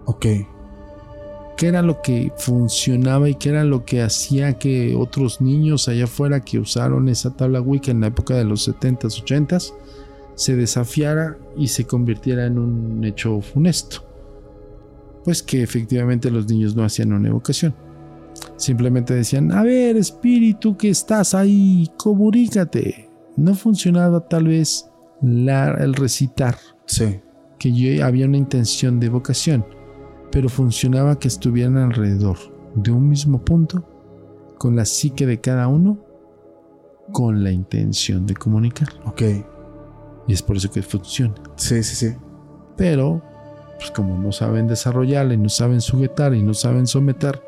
S2: Ok.
S1: qué era lo que funcionaba y qué era lo que hacía que otros niños allá afuera que usaron esa tabla Wicca en la época de los 70s, 80s, se desafiara y se convirtiera en un hecho funesto. Pues que efectivamente los niños no hacían una evocación. Simplemente decían, a ver, espíritu que estás ahí, comunícate. No funcionaba tal vez la- el recitar
S2: Sí.
S1: que yo- había una intención de vocación, pero funcionaba que estuvieran alrededor de un mismo punto, con la psique de cada uno, con la intención de comunicar.
S2: Ok.
S1: Y es por eso que funciona.
S2: Sí, sí, sí.
S1: Pero, pues como no saben desarrollarla y no saben sujetar y no saben someter,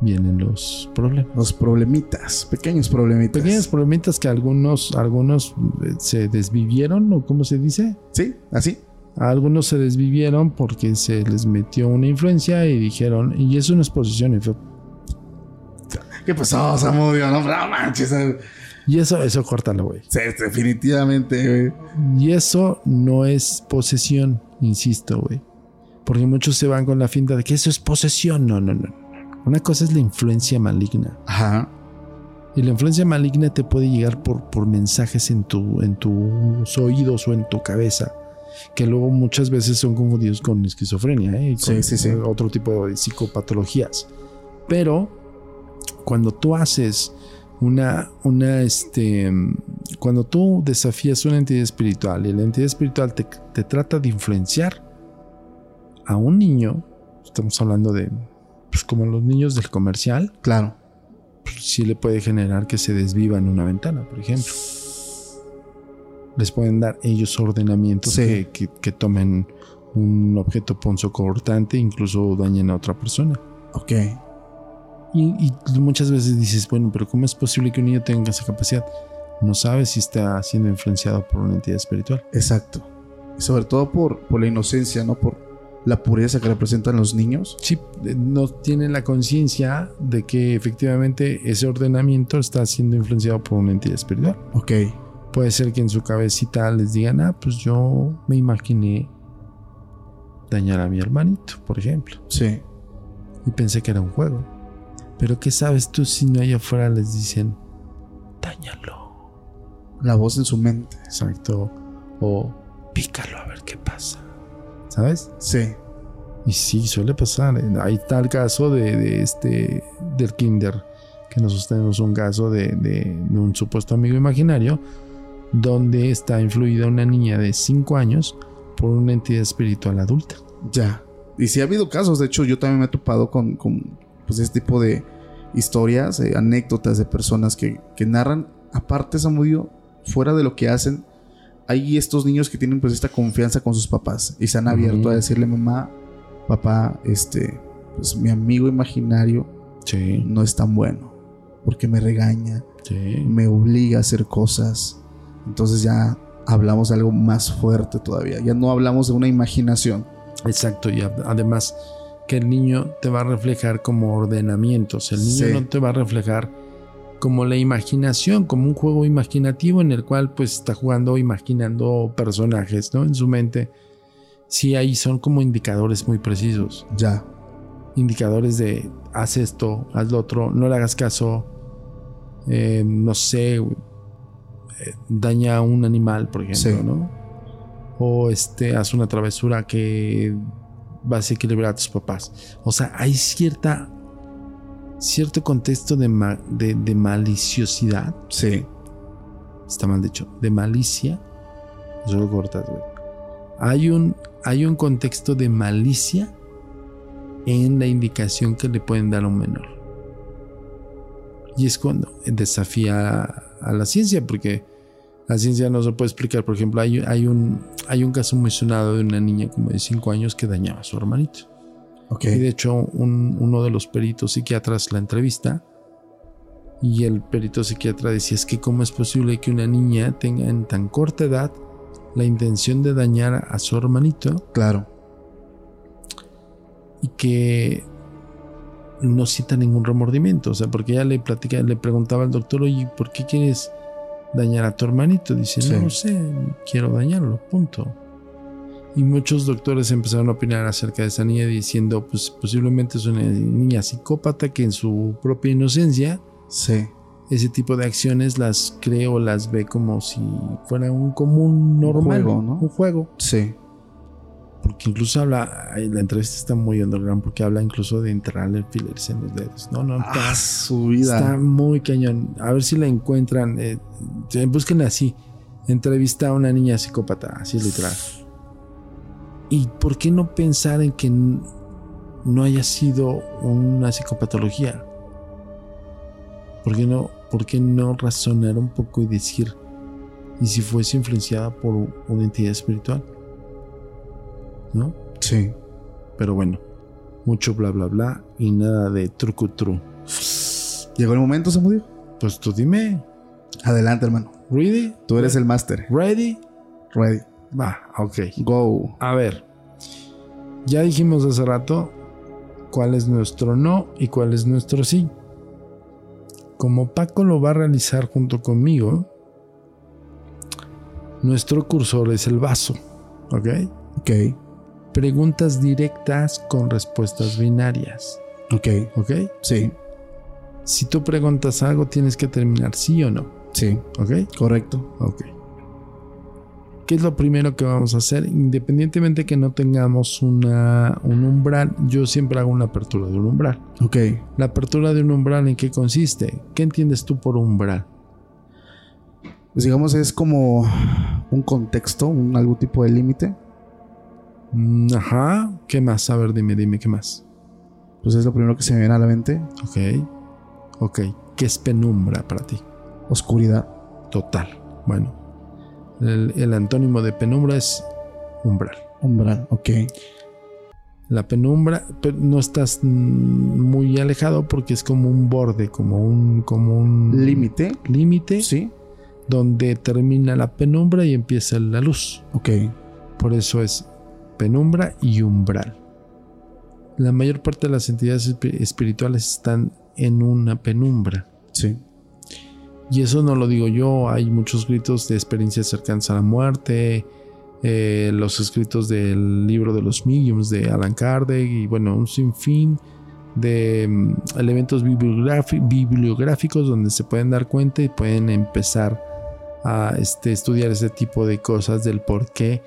S1: vienen los problemas.
S2: Los problemitas. Pequeños problemitas.
S1: Pequeños problemitas que algunos, algunos eh, se desvivieron, o cómo se dice,
S2: Sí. Así.
S1: A algunos se desvivieron porque se les metió una influencia y dijeron, y es una exposición, y fue-
S2: ¿Qué pasó, Samudio? No, no manches. eh.
S1: y eso, eso córtalo, güey.
S2: Sí, este, definitivamente, güey.
S1: Y eso no es posesión, insisto, güey. Porque muchos se van con la finta de que eso es posesión. No, no, no. Una cosa es la influencia maligna.
S2: Ajá.
S1: Y la influencia maligna te puede llegar por, por mensajes en, tu, en tus oídos o en tu cabeza, que luego muchas veces son confundidos con esquizofrenia ¿eh? y
S2: Sí,
S1: con,
S2: sí, sí.
S1: eh, otro tipo de psicopatologías. Pero cuando tú haces una, una, este, mm, cuando tú desafías una entidad espiritual y la entidad espiritual te, te trata de influenciar a un niño, estamos hablando de, pues como los niños del comercial,
S2: Claro.
S1: pues, sí le puede generar que se desviva en una ventana, por ejemplo. Les pueden dar ellos ordenamientos
S2: Sí.
S1: que, que- que tomen un objeto ponzo cortante, incluso dañen a otra persona.
S2: Ok.
S1: Y, y muchas veces dices, bueno, pero ¿cómo es posible que un niño tenga esa capacidad? No sabes si está siendo influenciado por una entidad espiritual.
S2: Exacto. Y sobre todo por, por la inocencia, ¿no? Por la pureza que representan los niños.
S1: Sí, eh, no tiene la conciencia de que efectivamente ese ordenamiento está siendo influenciado por una entidad espiritual.
S2: Ok.
S1: Puede ser que en su cabecita les digan, ah, pues yo me imaginé dañar a mi hermanito, por ejemplo,
S2: Sí.
S1: y pensé que era un juego. Pero ¿qué sabes tú si no allá afuera les dicen, dañalo?
S2: La voz en su mente.
S1: Exacto. O pícalo a ver qué pasa. ¿Sabes?
S2: Sí.
S1: Y sí, suele pasar. Ahí está el caso de, de este, del Kinder, que nosotros tenemos un caso de, de- de un supuesto amigo imaginario, donde está influida una niña de 5 años por una entidad espiritual adulta.
S2: Ya. Y sí ha habido casos, de hecho yo también me he topado con, con, pues, este tipo de historias, eh, anécdotas de personas que, que narran, aparte Samudio, fuera de lo que hacen, hay estos niños que tienen pues esta confianza con sus papás y se han abierto
S1: Ujú.
S2: a decirle mamá, papá, este, pues mi amigo imaginario
S1: Sí,
S2: no es tan bueno, porque me regaña,
S1: sí.
S2: me obliga a hacer cosas, entonces ya hablamos de algo más fuerte todavía, ya no hablamos de una imaginación.
S1: Exacto. Y ad- además que el niño te va a reflejar como ordenamientos. El niño
S2: Sí.
S1: no te va a reflejar como la imaginación, como un juego imaginativo en el cual pues está jugando, imaginando personajes, ¿no? En su mente. Sí, ahí son como indicadores muy precisos.
S2: Ya,
S1: Indicadores de haz esto, haz lo otro, no le hagas caso. eh, no sé, güey, eh, daña a un animal, por ejemplo,
S2: Sí.
S1: ¿no? O este, haz una travesura que va a desequilibrar a tus papás. O sea, hay cierta cierto contexto de, ma- de, de maliciosidad,
S2: sí.
S1: está mal dicho, de malicia. Eso lo cortas, güey. Hay un, hay un contexto de malicia en la indicación que le pueden dar a un menor. Y es cuando desafía a la ciencia, porque la ciencia no se puede explicar. Por ejemplo, hay, hay, un, hay un caso muy sonado de una niña como de 5 años que dañaba a su hermanito.
S2: Ok.
S1: Y de hecho, un- uno de los peritos psiquiatras la entrevista. Y el perito psiquiatra decía: Es que, ¿cómo es posible que una niña tenga en tan corta edad la intención de dañar a su hermanito
S2: Claro,
S1: y que no sienta ningún remordimiento? O sea, porque ella le platica, le preguntaba al doctor: Oye, ¿por qué quieres dañar a tu hermanito? Dice:
S2: Sí.
S1: No lo sé, quiero dañarlo, punto. Y muchos doctores empezaron a opinar acerca de esa niña diciendo, pues posiblemente es una niña psicópata que en su propia inocencia
S2: sí,
S1: ese tipo de acciones las cree o las ve como si fuera un común normal,
S2: juego, ¿no?
S1: un juego.
S2: sí,
S1: Porque incluso habla, ay, la entrevista está muy underground porque habla incluso de enterrarle alfileres en los dedos. No, no, está-
S2: Ah, su vida.
S1: Está muy cañón. A ver si la encuentran. eh, eh, búsquenla así. Entrevista a una niña psicópata, así literal. ¿Y por qué no pensar en que n- no haya sido una psicopatología? ¿Por qué no, por qué no razonar un poco y decir, ¿y si fuese influenciada por una entidad espiritual? ¿No?
S2: Sí.
S1: Pero bueno, mucho bla bla bla y nada de truco tru.
S2: Llegó el momento, Samudio.
S1: Pues tú dime,
S2: Adelante, hermano.
S1: ¿Ready?
S2: Tú eres el máster.
S1: ¿Ready?
S2: Ready.
S1: Va, ok.
S2: Go.
S1: A ver, ya dijimos hace rato cuál es nuestro no y cuál es nuestro sí. Como Paco lo va a realizar junto conmigo, nuestro cursor es el vaso, ¿ok?
S2: Ok.
S1: Preguntas directas con respuestas binarias,
S2: Ok.
S1: ¿ok?
S2: Sí.
S1: Si tú preguntas algo, tienes que terminar sí o no,
S2: Sí.
S1: ¿ok?
S2: Correcto.
S1: Ok. ¿Qué es lo primero que vamos a hacer? Independientemente que no tengamos una, un umbral, yo siempre hago una apertura de un umbral.
S2: Ok.
S1: ¿La apertura de un umbral en qué consiste? ¿Qué entiendes tú por umbral?
S2: Pues digamos, es como un contexto, un, algún tipo de límite
S1: Mm, Ajá. ¿Qué más? A ver, dime, dime, ¿qué más?
S2: Pues es lo primero que se me viene a la mente.
S1: Ok. Ok. ¿Qué es penumbra para ti?
S2: Oscuridad.
S1: Total. Bueno. El, el antónimo de penumbra es umbral.
S2: Umbral, ok.
S1: La penumbra pero no estás mm, muy alejado porque es como un borde, como un, como un
S2: Límite.
S1: límite
S2: Sí.
S1: donde termina la penumbra y empieza la luz.
S2: Ok.
S1: Por eso es penumbra y umbral. La mayor parte de las entidades espi- espirituales están en una penumbra.
S2: Sí.
S1: Y eso no lo digo yo, hay muchos gritos de experiencias cercanas a la muerte, eh, los escritos del libro de los mediums de Alan Kardec y bueno, un sinfín de mm, elementos bibliografi- bibliográficos donde se pueden dar cuenta y pueden empezar a este, estudiar este tipo de cosas del por qué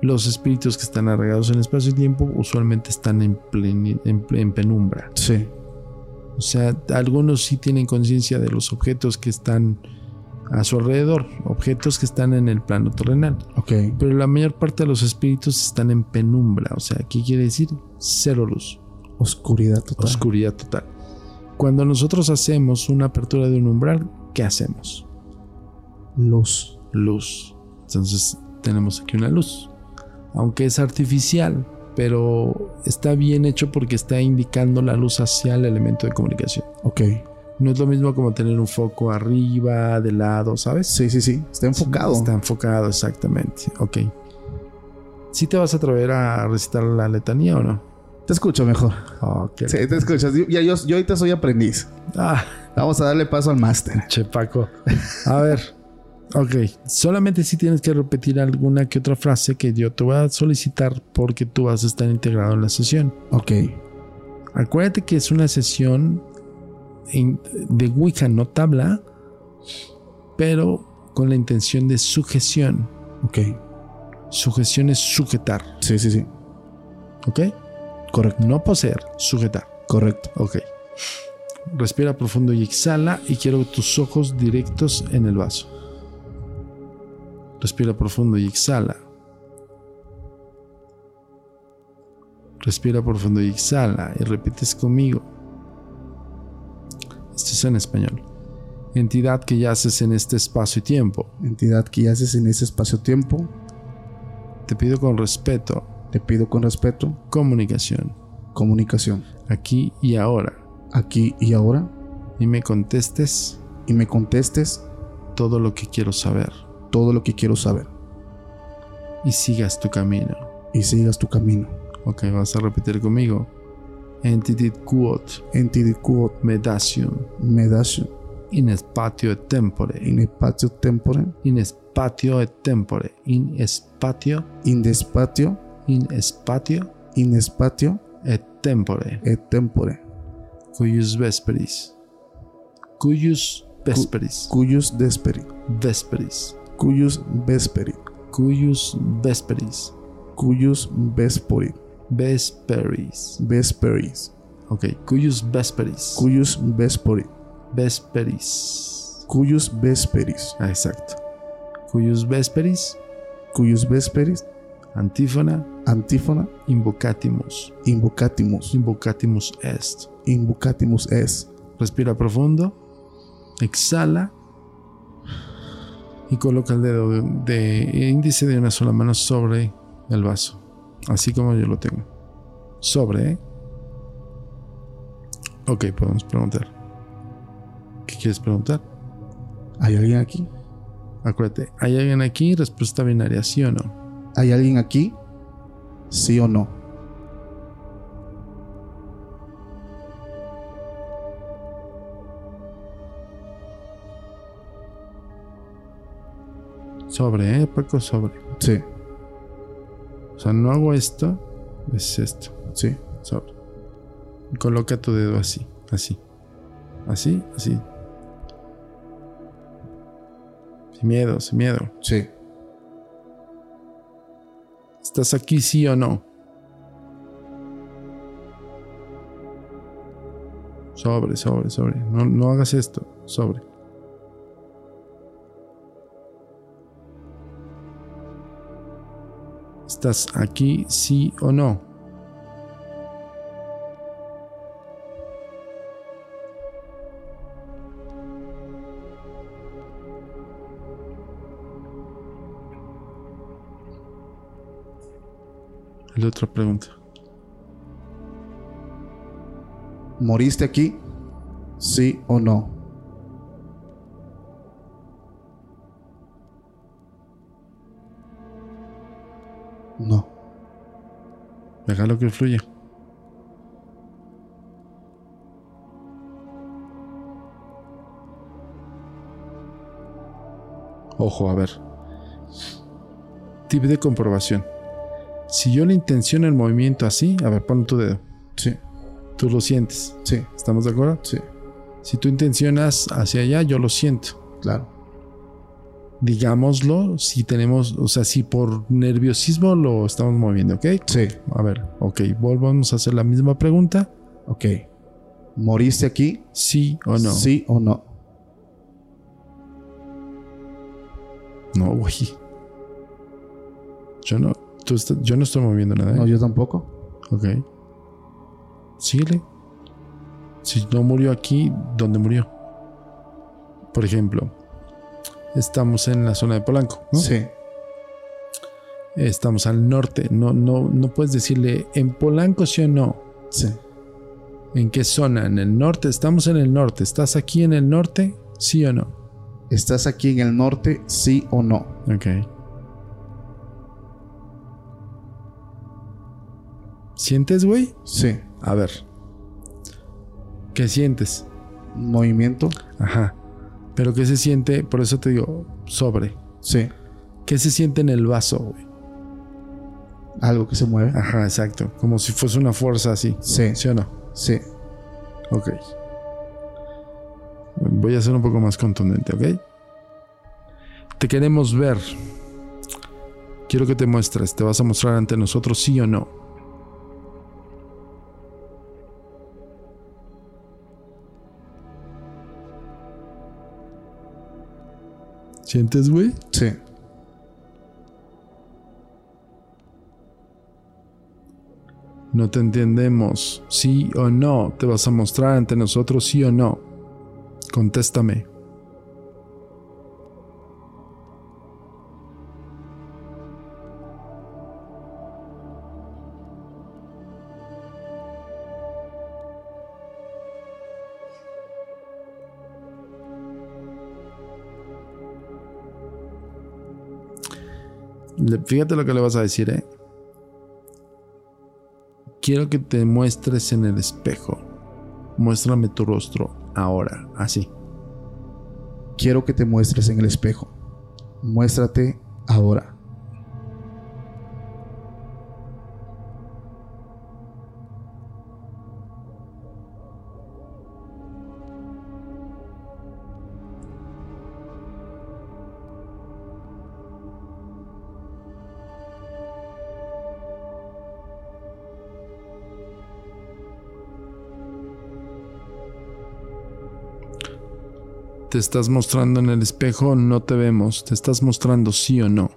S1: los espíritus que están arraigados en espacio y tiempo usualmente están en, pleni- en- en penumbra.
S2: Sí.
S1: O sea, algunos sí tienen conciencia de los objetos que están a su alrededor, objetos que están en el plano terrenal.
S2: Ok.
S1: Pero la mayor parte de los espíritus están en penumbra. O sea, ¿qué quiere decir? Cero luz,
S2: Oscuridad total.
S1: oscuridad total. Cuando nosotros hacemos una apertura de un umbral, ¿qué hacemos?
S2: Luz.
S1: Luz. Entonces tenemos aquí una luz. Aunque es artificial, pero está bien hecho porque está indicando la luz hacia el elemento de comunicación.
S2: Ok.
S1: No es lo mismo como tener un foco arriba, de lado, ¿sabes?
S2: Sí, sí, sí. Está enfocado.
S1: Está enfocado, exactamente. Ok. ¿Sí te vas a atrever a recitar la letanía o no?
S2: Te escucho mejor.
S1: Ok.
S2: Sí, te escuchas. Yo- Ya, yo, yo ahorita soy aprendiz.
S1: Ah,
S2: Vamos a darle paso al máster.
S1: che, Paco. *laughs* A ver. Ok. Solamente si tienes que repetir alguna que otra frase que yo te voy a solicitar porque tú vas a estar integrado en la sesión.
S2: Ok.
S1: Acuérdate que es una sesión en- de Wicca, no tabla, pero con la intención de sujeción.
S2: Ok.
S1: Sujeción es sujetar,
S2: Sí, sí, sí.
S1: ¿ok?
S2: Correcto.
S1: No poseer, sujetar,
S2: Correcto.
S1: ¿ok? Respira profundo y exhala y quiero tus ojos directos en el vaso. Respira profundo y exhala. Respira profundo y exhala y repites conmigo. Esto es en español. Entidad que yaces en este espacio y tiempo.
S2: Entidad que yaces en ese espacio-tiempo.
S1: Te pido con respeto,
S2: Te pido con respeto.
S1: comunicación,
S2: Comunicación.
S1: aquí y ahora.
S2: Aquí y ahora.
S1: Y me contestes
S2: Y me contestes
S1: todo lo que quiero saber
S2: todo lo que quiero saber.
S1: y sigas tu camino.
S2: Y sigas tu camino.
S1: Ok, vas a repetir conmigo. Entity quod
S2: Entidad quod
S1: medasium
S2: medasio
S1: in spatio et tempore
S2: in spatio tempore.
S1: in spatio et tempore in spatio
S2: In despatio.
S1: in spatio
S2: In spatio
S1: et tempore
S2: et tempore.
S1: cuius vesperis cuius vesperis
S2: Cuyus desperi.
S1: vesperis
S2: Cuyus vesperi.
S1: cuius vesperis
S2: Cuyus vespori.
S1: vesperis
S2: Vesperis.
S1: ok cuius vesperis
S2: Cuyus vespori.
S1: vesperis
S2: Cuyus vesperis.
S1: Ah, Exacto. Cuyos vesperis,
S2: Cuyus vesperis.
S1: antífona,
S2: Antífona.
S1: invocatimus.
S2: Invocatimus.
S1: Invocatimus est.
S2: Invocatimus es.
S1: Respira profundo, exhala y coloca el dedo de, de índice de una sola mano sobre el vaso, así como yo lo tengo. Sobre, ¿eh? Ok, podemos preguntar. ¿Qué quieres preguntar?
S2: ¿Hay alguien aquí?
S1: Acuérdate, ¿hay alguien aquí? Respuesta binaria, sí o no.
S2: ¿Hay alguien aquí? ¿Sí o no?
S1: Sobre, ¿eh? Paco, sobre.
S2: Sí,
S1: O sea, no hago esto, es esto.
S2: sí.
S1: sobre. Coloca tu dedo así, así. Así, así. Sin miedo, sin miedo.
S2: Sí.
S1: ¿Estás aquí sí o no? Sobre, sobre, sobre. No, no hagas esto. Sobre. ¿Estás aquí, sí o no? La otra pregunta.
S2: ¿Moriste aquí? ¿Sí o no? No.
S1: Déjalo que fluya. Ojo, a ver. Tip de comprobación. Si yo le intenciono el movimiento así, a ver, pon tu dedo.
S2: Sí,
S1: Tú lo sientes.
S2: sí,
S1: ¿Estamos de acuerdo?
S2: sí,
S1: Si tú intencionas hacia allá, yo lo siento.
S2: claro.
S1: Digámoslo si tenemos, o sea, si por nerviosismo lo estamos moviendo, ¿ok?
S2: Sí,
S1: A ver, ok, volvamos a hacer la misma pregunta.
S2: ok. ¿Moriste aquí?
S1: ¿Sí o no?
S2: Sí o no.
S1: No, güey. Yo no, tú está- yo no estoy moviendo nada. ¿eh?
S2: No, yo tampoco.
S1: Ok. Síguele. Si no murió aquí, ¿dónde murió? Por ejemplo, estamos en la zona de Polanco, ¿no?
S2: Sí,
S1: Estamos al norte. No, no, no puedes decirle en Polanco sí o no.
S2: sí,
S1: ¿En qué zona? ¿En el norte? Estamos en el norte. ¿Estás aquí en el norte? ¿Sí o no?
S2: ¿Estás aquí en el norte? Sí o no.
S1: Ok. ¿Sientes, güey?
S2: Sí.
S1: A ver. ¿Qué sientes?
S2: ¿Movimiento?
S1: Ajá. Pero ¿qué se siente? Por eso te digo, sobre.
S2: Sí.
S1: ¿Qué se siente en el vaso, güey?
S2: ¿Algo que se mueve?
S1: Ajá, exacto. Como si fuese una fuerza así.
S2: Sí,
S1: ¿Sí o no?
S2: sí.
S1: Ok. Voy a ser un poco más contundente, ¿ok? Te queremos ver. Quiero que te muestres. ¿Te vas a mostrar ante nosotros sí o no? ¿Sientes, güey?
S2: Sí.
S1: No te entendemos. Sí o no. ¿Te vas a mostrar ante nosotros sí o no? Contéstame. Le- Fíjate lo que le vas a decir, ¿eh? Quiero que te muestres en el espejo. Muéstrame tu rostro ahora, así.
S2: Quiero que te muestres en el espejo. Muéstrate ahora.
S1: Te estás mostrando en el espejo, no te vemos. Te estás mostrando sí o no.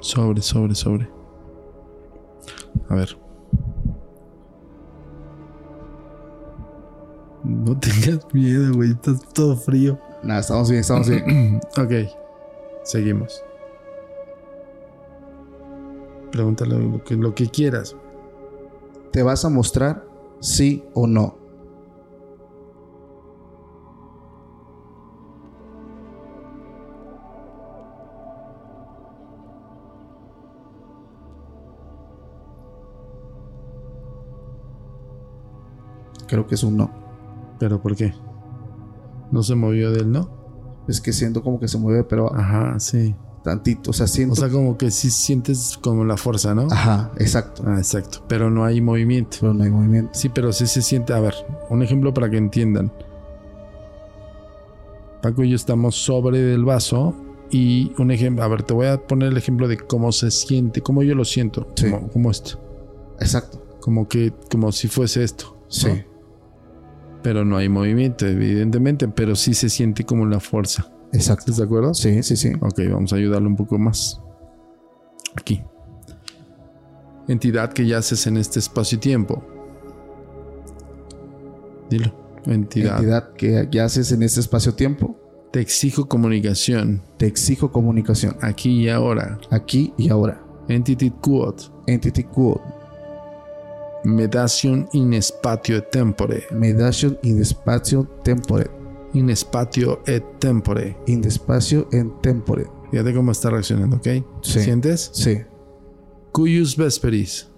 S1: Sobre, sobre, sobre. A ver. No tengas miedo, güey. Estás todo frío.
S2: Nada, estamos bien, estamos bien.
S1: Ok. Seguimos. Pregúntale lo que, lo que quieras.
S2: ¿Te vas a mostrar sí o no? Creo que es un no.
S1: ¿Pero por qué? No se movió del no.
S2: Es que siento como que se mueve, pero
S1: Ajá, sí.
S2: tantito. O sea, siento.
S1: Ah. O sea, como que sí sientes como la fuerza, ¿no?
S2: Ajá, exacto.
S1: Ah, exacto. Pero no hay movimiento.
S2: Pero no hay movimiento.
S1: Sí, pero sí se siente. A ver, un ejemplo para que entiendan. Paco y yo estamos sobre del vaso Y un ejemplo, a ver, te voy a poner el ejemplo de cómo se siente, cómo yo lo siento,
S2: Sí.
S1: como, como esto,
S2: Exacto.
S1: como que, como si fuese esto. ¿no?
S2: Sí.
S1: Pero no hay movimiento, evidentemente, pero sí se siente como la fuerza.
S2: Exacto.
S1: ¿Estás de acuerdo?
S2: Sí, sí, sí.
S1: Ok, vamos a ayudarle un poco más. Aquí. Entidad que yaces en este espacio y tiempo. Dilo. Entidad.
S2: Entidad que yaces en este espacio-tiempo,
S1: Te exijo comunicación.
S2: te exijo comunicación.
S1: Aquí y ahora.
S2: Aquí y ahora.
S1: Entity quod.
S2: Entity quod,
S1: Medation in spatio et tempore.
S2: medation in espacio tempore,
S1: In spatio et tempore.
S2: in espacio en tempore.
S1: Fíjate cómo está reaccionando, ¿ok?
S2: Sí.
S1: ¿Sientes?
S2: Sí.
S1: Cuyus vesperis.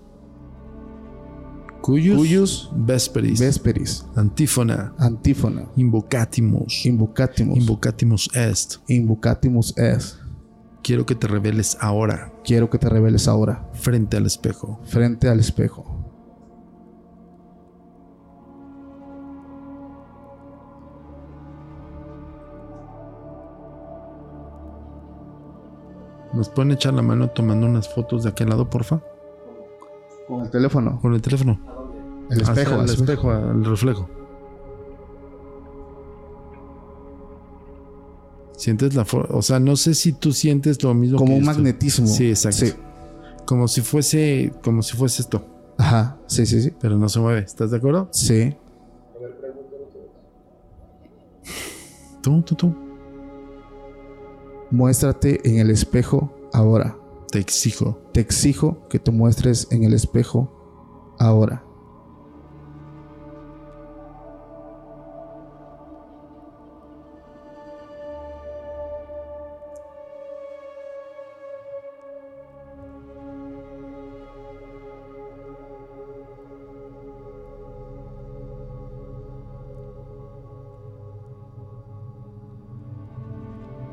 S1: Cuyus,
S2: Cuyus
S1: vesperis.
S2: Vesperis,
S1: Antífona.
S2: antífona,
S1: Invocatimus.
S2: invocatimus,
S1: Invocatimus est.
S2: invocatimus es.
S1: Quiero que te reveles ahora,
S2: Quiero que te reveles ahora,
S1: frente al espejo.
S2: frente al espejo.
S1: ¿Nos pueden echar la mano tomando unas fotos de aquel lado, porfa?
S2: Con el teléfono,
S1: Con el teléfono.
S2: el espejo,
S1: Hacia el
S2: al espejo.
S1: espejo, al reflejo. Sientes la fuerza. O sea, no sé si tú sientes lo mismo
S2: como
S1: que
S2: un
S1: yo estoy-
S2: magnetismo.
S1: Sí, exacto.
S2: Sí.
S1: Como si fuese. Como si fuese esto.
S2: Ajá, sí, sí, sí.
S1: Pero no se mueve. ¿Estás de acuerdo?
S2: Sí.
S1: Tú, tú, tú.
S2: Muéstrate en el espejo ahora.
S1: Te exijo.
S2: Te exijo que te muestres en el espejo ahora.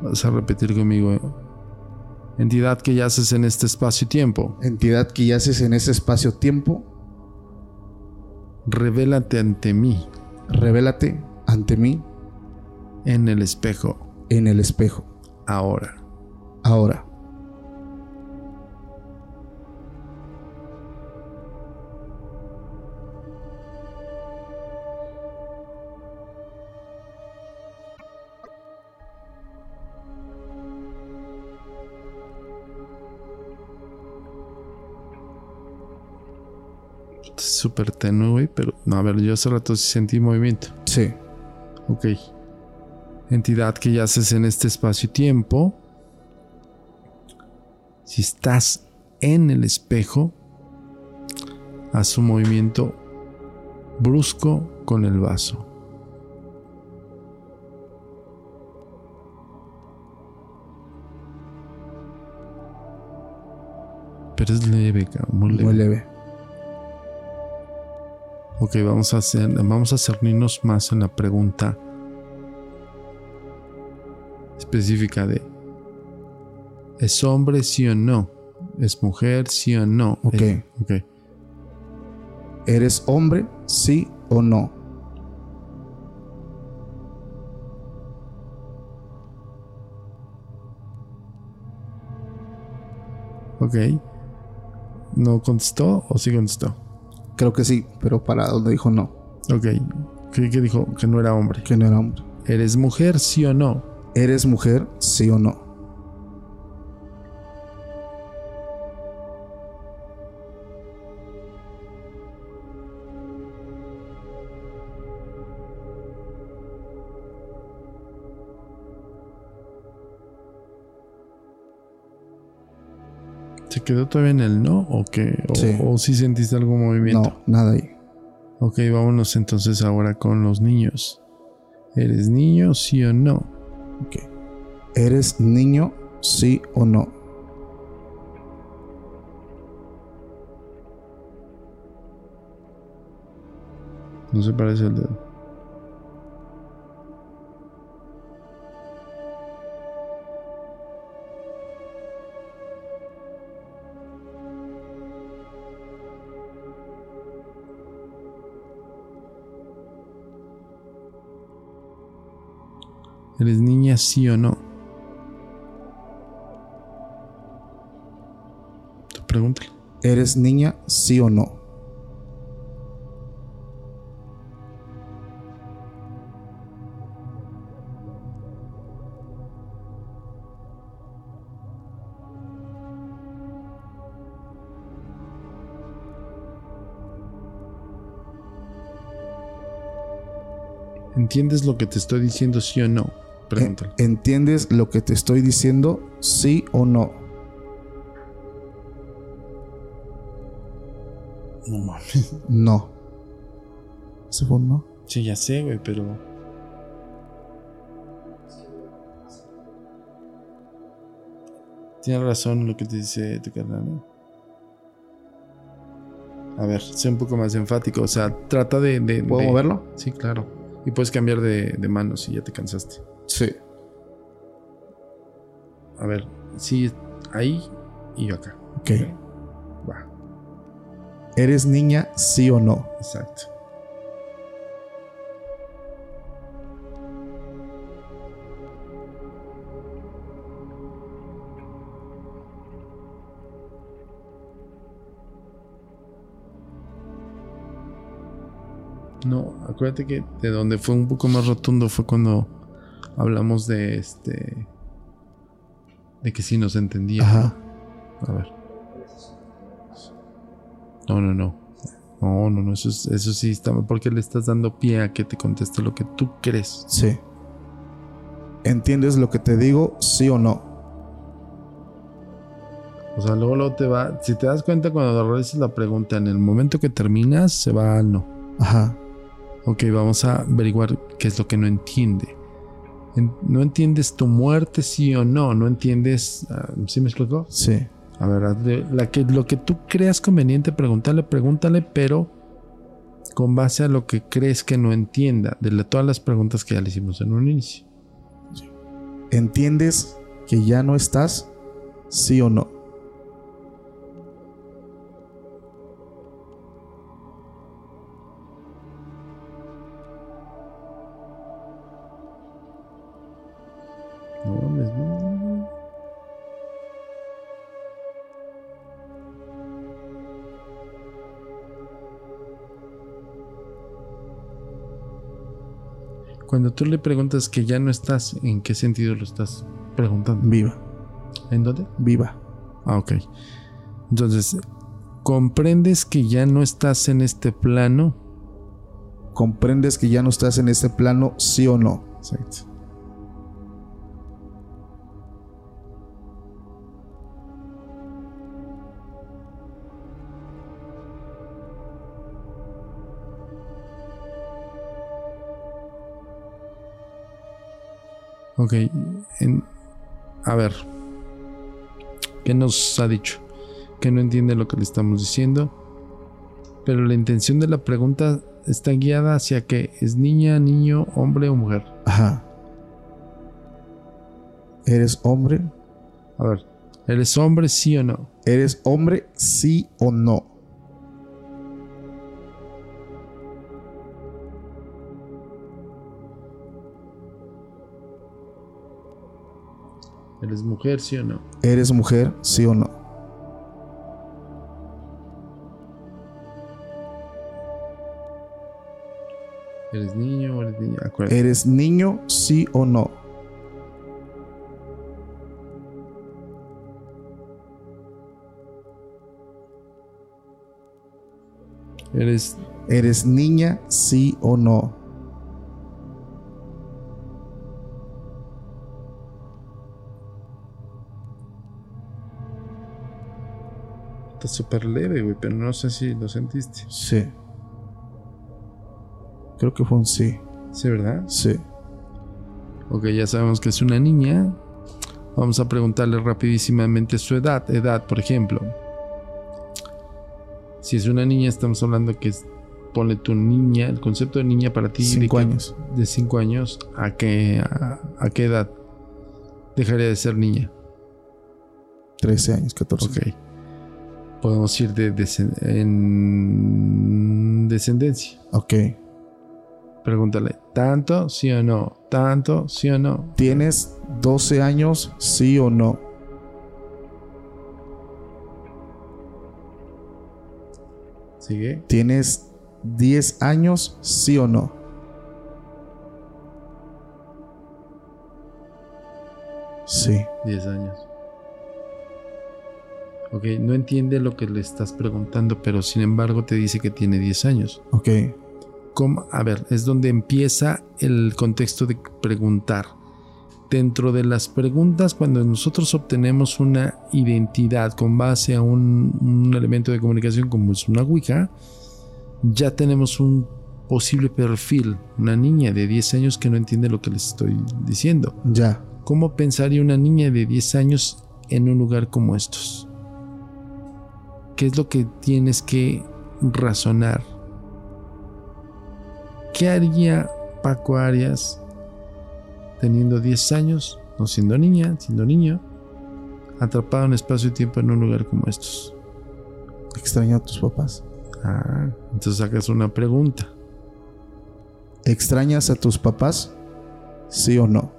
S1: Vas a repetir conmigo. eh. Entidad que yaces en este espacio y tiempo.
S2: Entidad que yaces en ese espacio-tiempo,
S1: Revélate ante mí
S2: revélate ante mí
S1: en el espejo
S2: en el espejo
S1: ahora.
S2: ahora.
S1: Es Súper tenue, güey, pero no, a ver, yo hace rato sí sentí movimiento.
S2: Sí.
S1: Ok. Entidad que yaces en este espacio y tiempo. Si estás en el espejo, haz un movimiento brusco con el vaso. Pero es leve, cabrón, muy leve.
S2: Muy leve.
S1: Ok, vamos a hacer, vamos a cernirnos más en la pregunta específica de ¿Es hombre sí o no? ¿Es mujer sí o no?
S2: Ok.
S1: Eh, ok.
S2: ¿Eres hombre? Sí o no.
S1: ok. ¿No contestó o sí contestó?
S2: Creo que sí, pero para donde dijo no,
S1: Ok. ¿Qué, qué dijo? Que no era hombre.
S2: que no era hombre.
S1: ¿Eres mujer sí o no?
S2: ¿Eres mujer? Sí o no.
S1: ¿Se quedó todavía en el no o qué? ¿O
S2: Sí.
S1: o sí sentiste algún movimiento?
S2: No, nada ahí.
S1: Ok, vámonos entonces ahora con los niños. ¿Eres niño, sí o no?
S2: ¿Eres niño? Sí o no.
S1: No se parece al dedo. ¿Eres niña, sí o no? Pregúntale.
S2: ¿Eres niña, sí o no?
S1: ¿Entiendes lo que te estoy diciendo, sí o no? Pregúntale.
S2: ¿Entiendes lo que te estoy diciendo, sí o no?
S1: No mames.
S2: No. ¿Se fue un no?
S1: Sí, ya sé, güey, pero. Tienes razón lo que te dice tu carnal. ¿no? A ver, sé un poco más enfático. O sea, trata de. de-
S2: ¿Puedo
S1: de-
S2: moverlo?
S1: Sí, claro. Y puedes cambiar de, de mano si ya te cansaste.
S2: Sí.
S1: A ver, sí, ahí y yo acá.
S2: Ok.
S1: Va,
S2: ¿Eres niña, sí o no?
S1: exacto. No, acuérdate que de donde fue un poco más rotundo fue cuando hablamos de este. de que sí nos entendía.
S2: Ajá.
S1: A ver. No, no, no. No, no, no. Eso, es- eso sí está mal. Porque le estás dando pie a que te conteste lo que tú crees.
S2: Sí. ¿Entiendes lo que te digo, sí o no?
S1: O sea, luego, luego te va. Si te das cuenta, cuando realizas la pregunta, en el momento que terminas, se va al no.
S2: Ajá.
S1: Ok, vamos a averiguar qué es lo que no entiende. En- no entiendes tu muerte, sí o no. No entiendes. ah, ¿Sí me explicó?
S2: Sí.
S1: A ver, hazle- la que, lo que tú creas conveniente preguntarle, pregúntale, pero con base a lo que crees que no entienda, de la- todas las preguntas que ya le hicimos en un inicio.
S2: ¿Entiendes que ya no estás, sí o no?
S1: No mames, no, no, no. Cuando tú le preguntas que ya no estás, ¿en qué sentido lo estás preguntando?
S2: Viva,
S1: ¿En dónde?
S2: viva.
S1: Ah, ok. Entonces, ¿comprendes que ya no estás en este plano?
S2: ¿Comprendes que ya no estás en este plano, sí o no?
S1: Exacto. Ok, en- a ver, ¿qué nos ha dicho? Que no entiende lo que le estamos diciendo, pero la intención de la pregunta está guiada hacia que es niña, niño, hombre o mujer.
S2: Ajá. ¿Eres hombre?
S1: A ver, ¿eres hombre sí o no?
S2: ¿Eres hombre, sí o no?
S1: ¿Eres mujer sí o no?
S2: ¿Eres mujer, sí o no?
S1: ¿Eres niño o eres niña? Acuérdate.
S2: ¿Eres niño, sí o no?
S1: ¿Eres,
S2: ¿Eres niña, sí o no?
S1: está súper leve, güey, pero no sé si lo sentiste.
S2: Sí. Creo que fue un sí.
S1: Sí, ¿verdad?
S2: Sí.
S1: Ok, ya sabemos que es una niña. Vamos a preguntarle rapidísimamente su edad. Edad, por ejemplo. Si es una niña, estamos hablando que es, ponle tu niña, el concepto de niña para ti. de
S2: Cinco
S1: que-
S2: años.
S1: de 5 años, ¿a qué, a, a qué edad dejaría de ser niña?
S2: 13 años, 14.
S1: Ok. Podemos ir de descen- en descendencia.
S2: Ok.
S1: Pregúntale, ¿tanto sí o no? ¿Tanto sí o no?
S2: ¿Tienes 12 años, sí o no?
S1: Sigue.
S2: ¿Tienes 10 años, sí o no? Sí.
S1: 10 años. Ok, no entiende lo que le estás preguntando, pero sin embargo te dice que tiene 10 años.
S2: Ok.
S1: ¿Cómo? A ver, es donde empieza el contexto de preguntar. Dentro de las preguntas, cuando nosotros obtenemos una identidad con base a un, un elemento de comunicación como es una Ouija, ya tenemos un posible perfil, una niña de 10 años que no entiende lo que les estoy diciendo.
S2: Ya.
S1: ¿Cómo pensaría una niña de 10 años en un lugar como estos? ¿Qué es lo que tienes que razonar? ¿Qué haría Paco Arias teniendo 10 años, no siendo niña, siendo niño, atrapado en espacio y tiempo en un lugar como estos?
S2: Extraño a tus papás.
S1: Ah, entonces sacas una pregunta.
S2: ¿Extrañas a tus papás? Sí o no.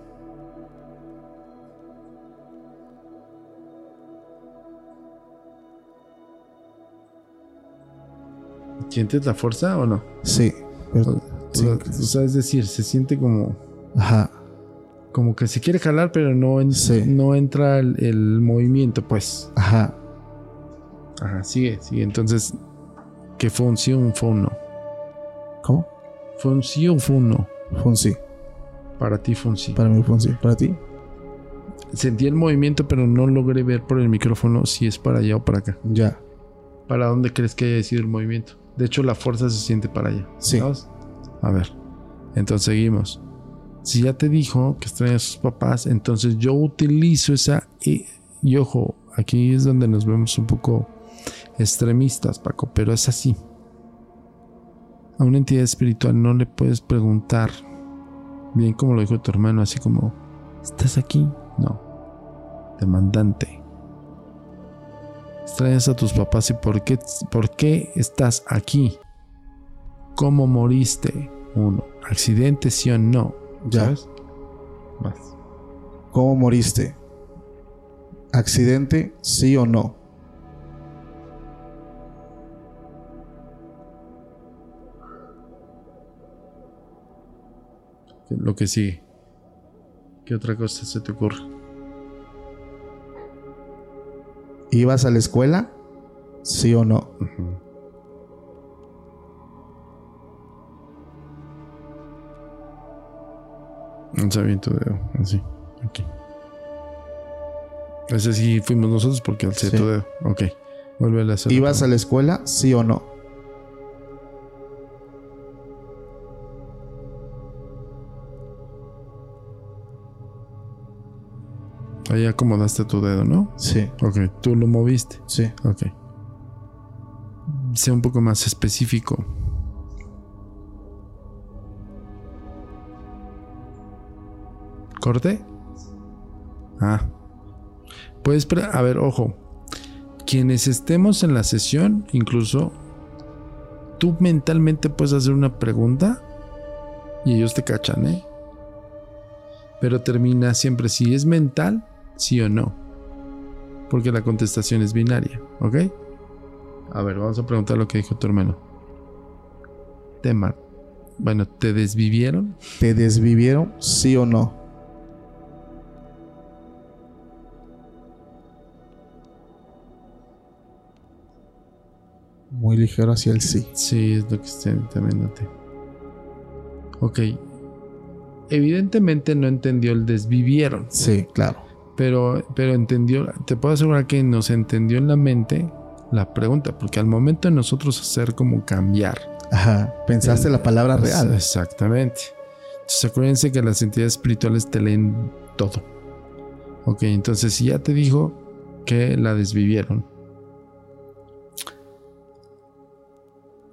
S1: ¿Sientes la fuerza o no?
S2: Sí.
S1: O,
S2: pero-
S1: o
S2: sí.
S1: sea, o sea, es decir, se siente como,
S2: Ajá.
S1: como que se quiere jalar, pero no, en-
S2: Sí.
S1: no entra el, el movimiento, pues.
S2: Ajá.
S1: Ajá, sigue, sigue. Entonces, que fue un sí o un fue un no.
S2: ¿Cómo?
S1: Fue un sí o fue un no.
S2: Fue un sí.
S1: Para ti fue un sí.
S2: Para mí fue un sí. ¿Para ti?
S1: Sentí el movimiento, pero no logré ver por el micrófono si es para allá o para acá.
S2: Ya.
S1: ¿Para dónde crees que haya sido el movimiento? De hecho, la fuerza se siente para allá.
S2: Sí.
S1: ¿Sabes? A ver. Entonces seguimos. Si ya te dijo que extraña a sus papás, entonces yo utilizo esa. Y, y ojo, aquí es donde nos vemos un poco extremistas, Paco, pero es así. A una entidad espiritual no le puedes preguntar, bien como lo dijo tu hermano, así como, ¿estás aquí? No. Demandante. Extrañas a tus papás y por qué, por qué estás aquí. ¿Cómo moriste? Uno. ¿Accidente sí o no?
S2: Ya.
S1: ¿Sabes? Vas.
S2: ¿Cómo moriste? ¿Accidente? Sí o no.
S1: Lo que sigue. ¿Qué otra cosa se te ocurre?
S2: ¿Ibas a la escuela? Sí o no.
S1: No sabía tu dedo, así. Aquí. Ese sí fuimos nosotros porque al
S2: Sí.
S1: tu dedo. Ok. Vuelve a hacer. la
S2: ¿Ibas a la escuela? Sí o no.
S1: pregunta. Ahí acomodaste tu dedo, ¿no?
S2: Sí.
S1: Ok. Tú lo moviste.
S2: Sí.
S1: Ok. Sea un poco más específico. ¿Corte? Ah. Puedes. pre- A ver, ojo. Quienes estemos en la sesión, incluso. Tú mentalmente puedes hacer una pregunta. Y ellos te cachan, ¿eh? Pero termina siempre si es mental, sí o no porque la contestación es binaria, ¿ok? A ver, vamos a preguntar lo que dijo tu hermano. Tema. Bueno, ¿te desvivieron?
S2: ¿Te desvivieron? Sí o no. Muy ligero hacia el sí.
S1: Sí, es lo que estoy también noté. Ok. Evidentemente no entendió el desvivieron,
S2: Sí, claro.
S1: pero, pero entendió, te puedo asegurar que nos entendió en la mente la pregunta, porque al momento de nosotros hacer como cambiar
S2: Ajá. Pensaste
S1: El-
S2: la palabra
S1: Pues,
S2: real.
S1: Exactamente. Entonces acuérdense que las entidades espirituales te leen todo. Ok, entonces si ya te dijo que la desvivieron,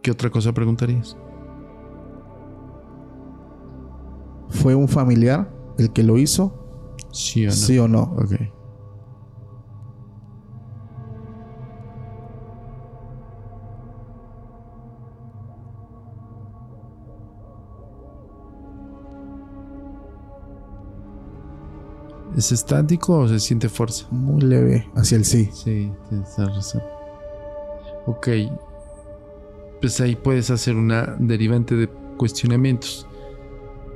S1: ¿qué otra cosa preguntarías?
S2: ¿Fue un familiar el que lo hizo?
S1: Sí o no.
S2: Sí o no.
S1: Ok. ¿Es estático o se siente fuerza?
S2: Muy leve hacia el sí.
S1: Sí, tienes razón. Ok. pues ahí puedes hacer una derivante de cuestionamientos.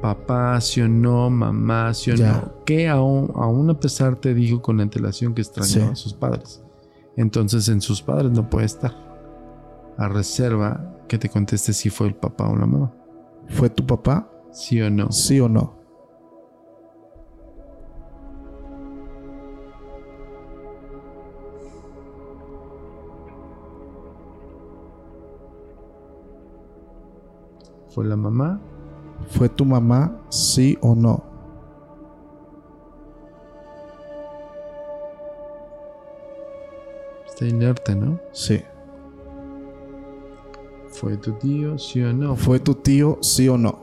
S1: Papá, sí o no, mamá, sí o
S2: Ya.
S1: no. Que aún, aún a pesar te digo con antelación que extrañó
S2: Sí.
S1: a sus padres. Entonces en sus padres no puede estar. A reserva que te conteste si fue el papá o la mamá.
S2: ¿Fue tu papá?
S1: Sí o no.
S2: ¿Sí o no?
S1: ¿Fue la mamá?
S2: ¿Fue tu mamá? ¿Sí o no?
S1: Está inerte, ¿no?
S2: Sí.
S1: ¿Fue tu tío? Sí o no.
S2: ¿Fue tu tío? ¿Sí o no?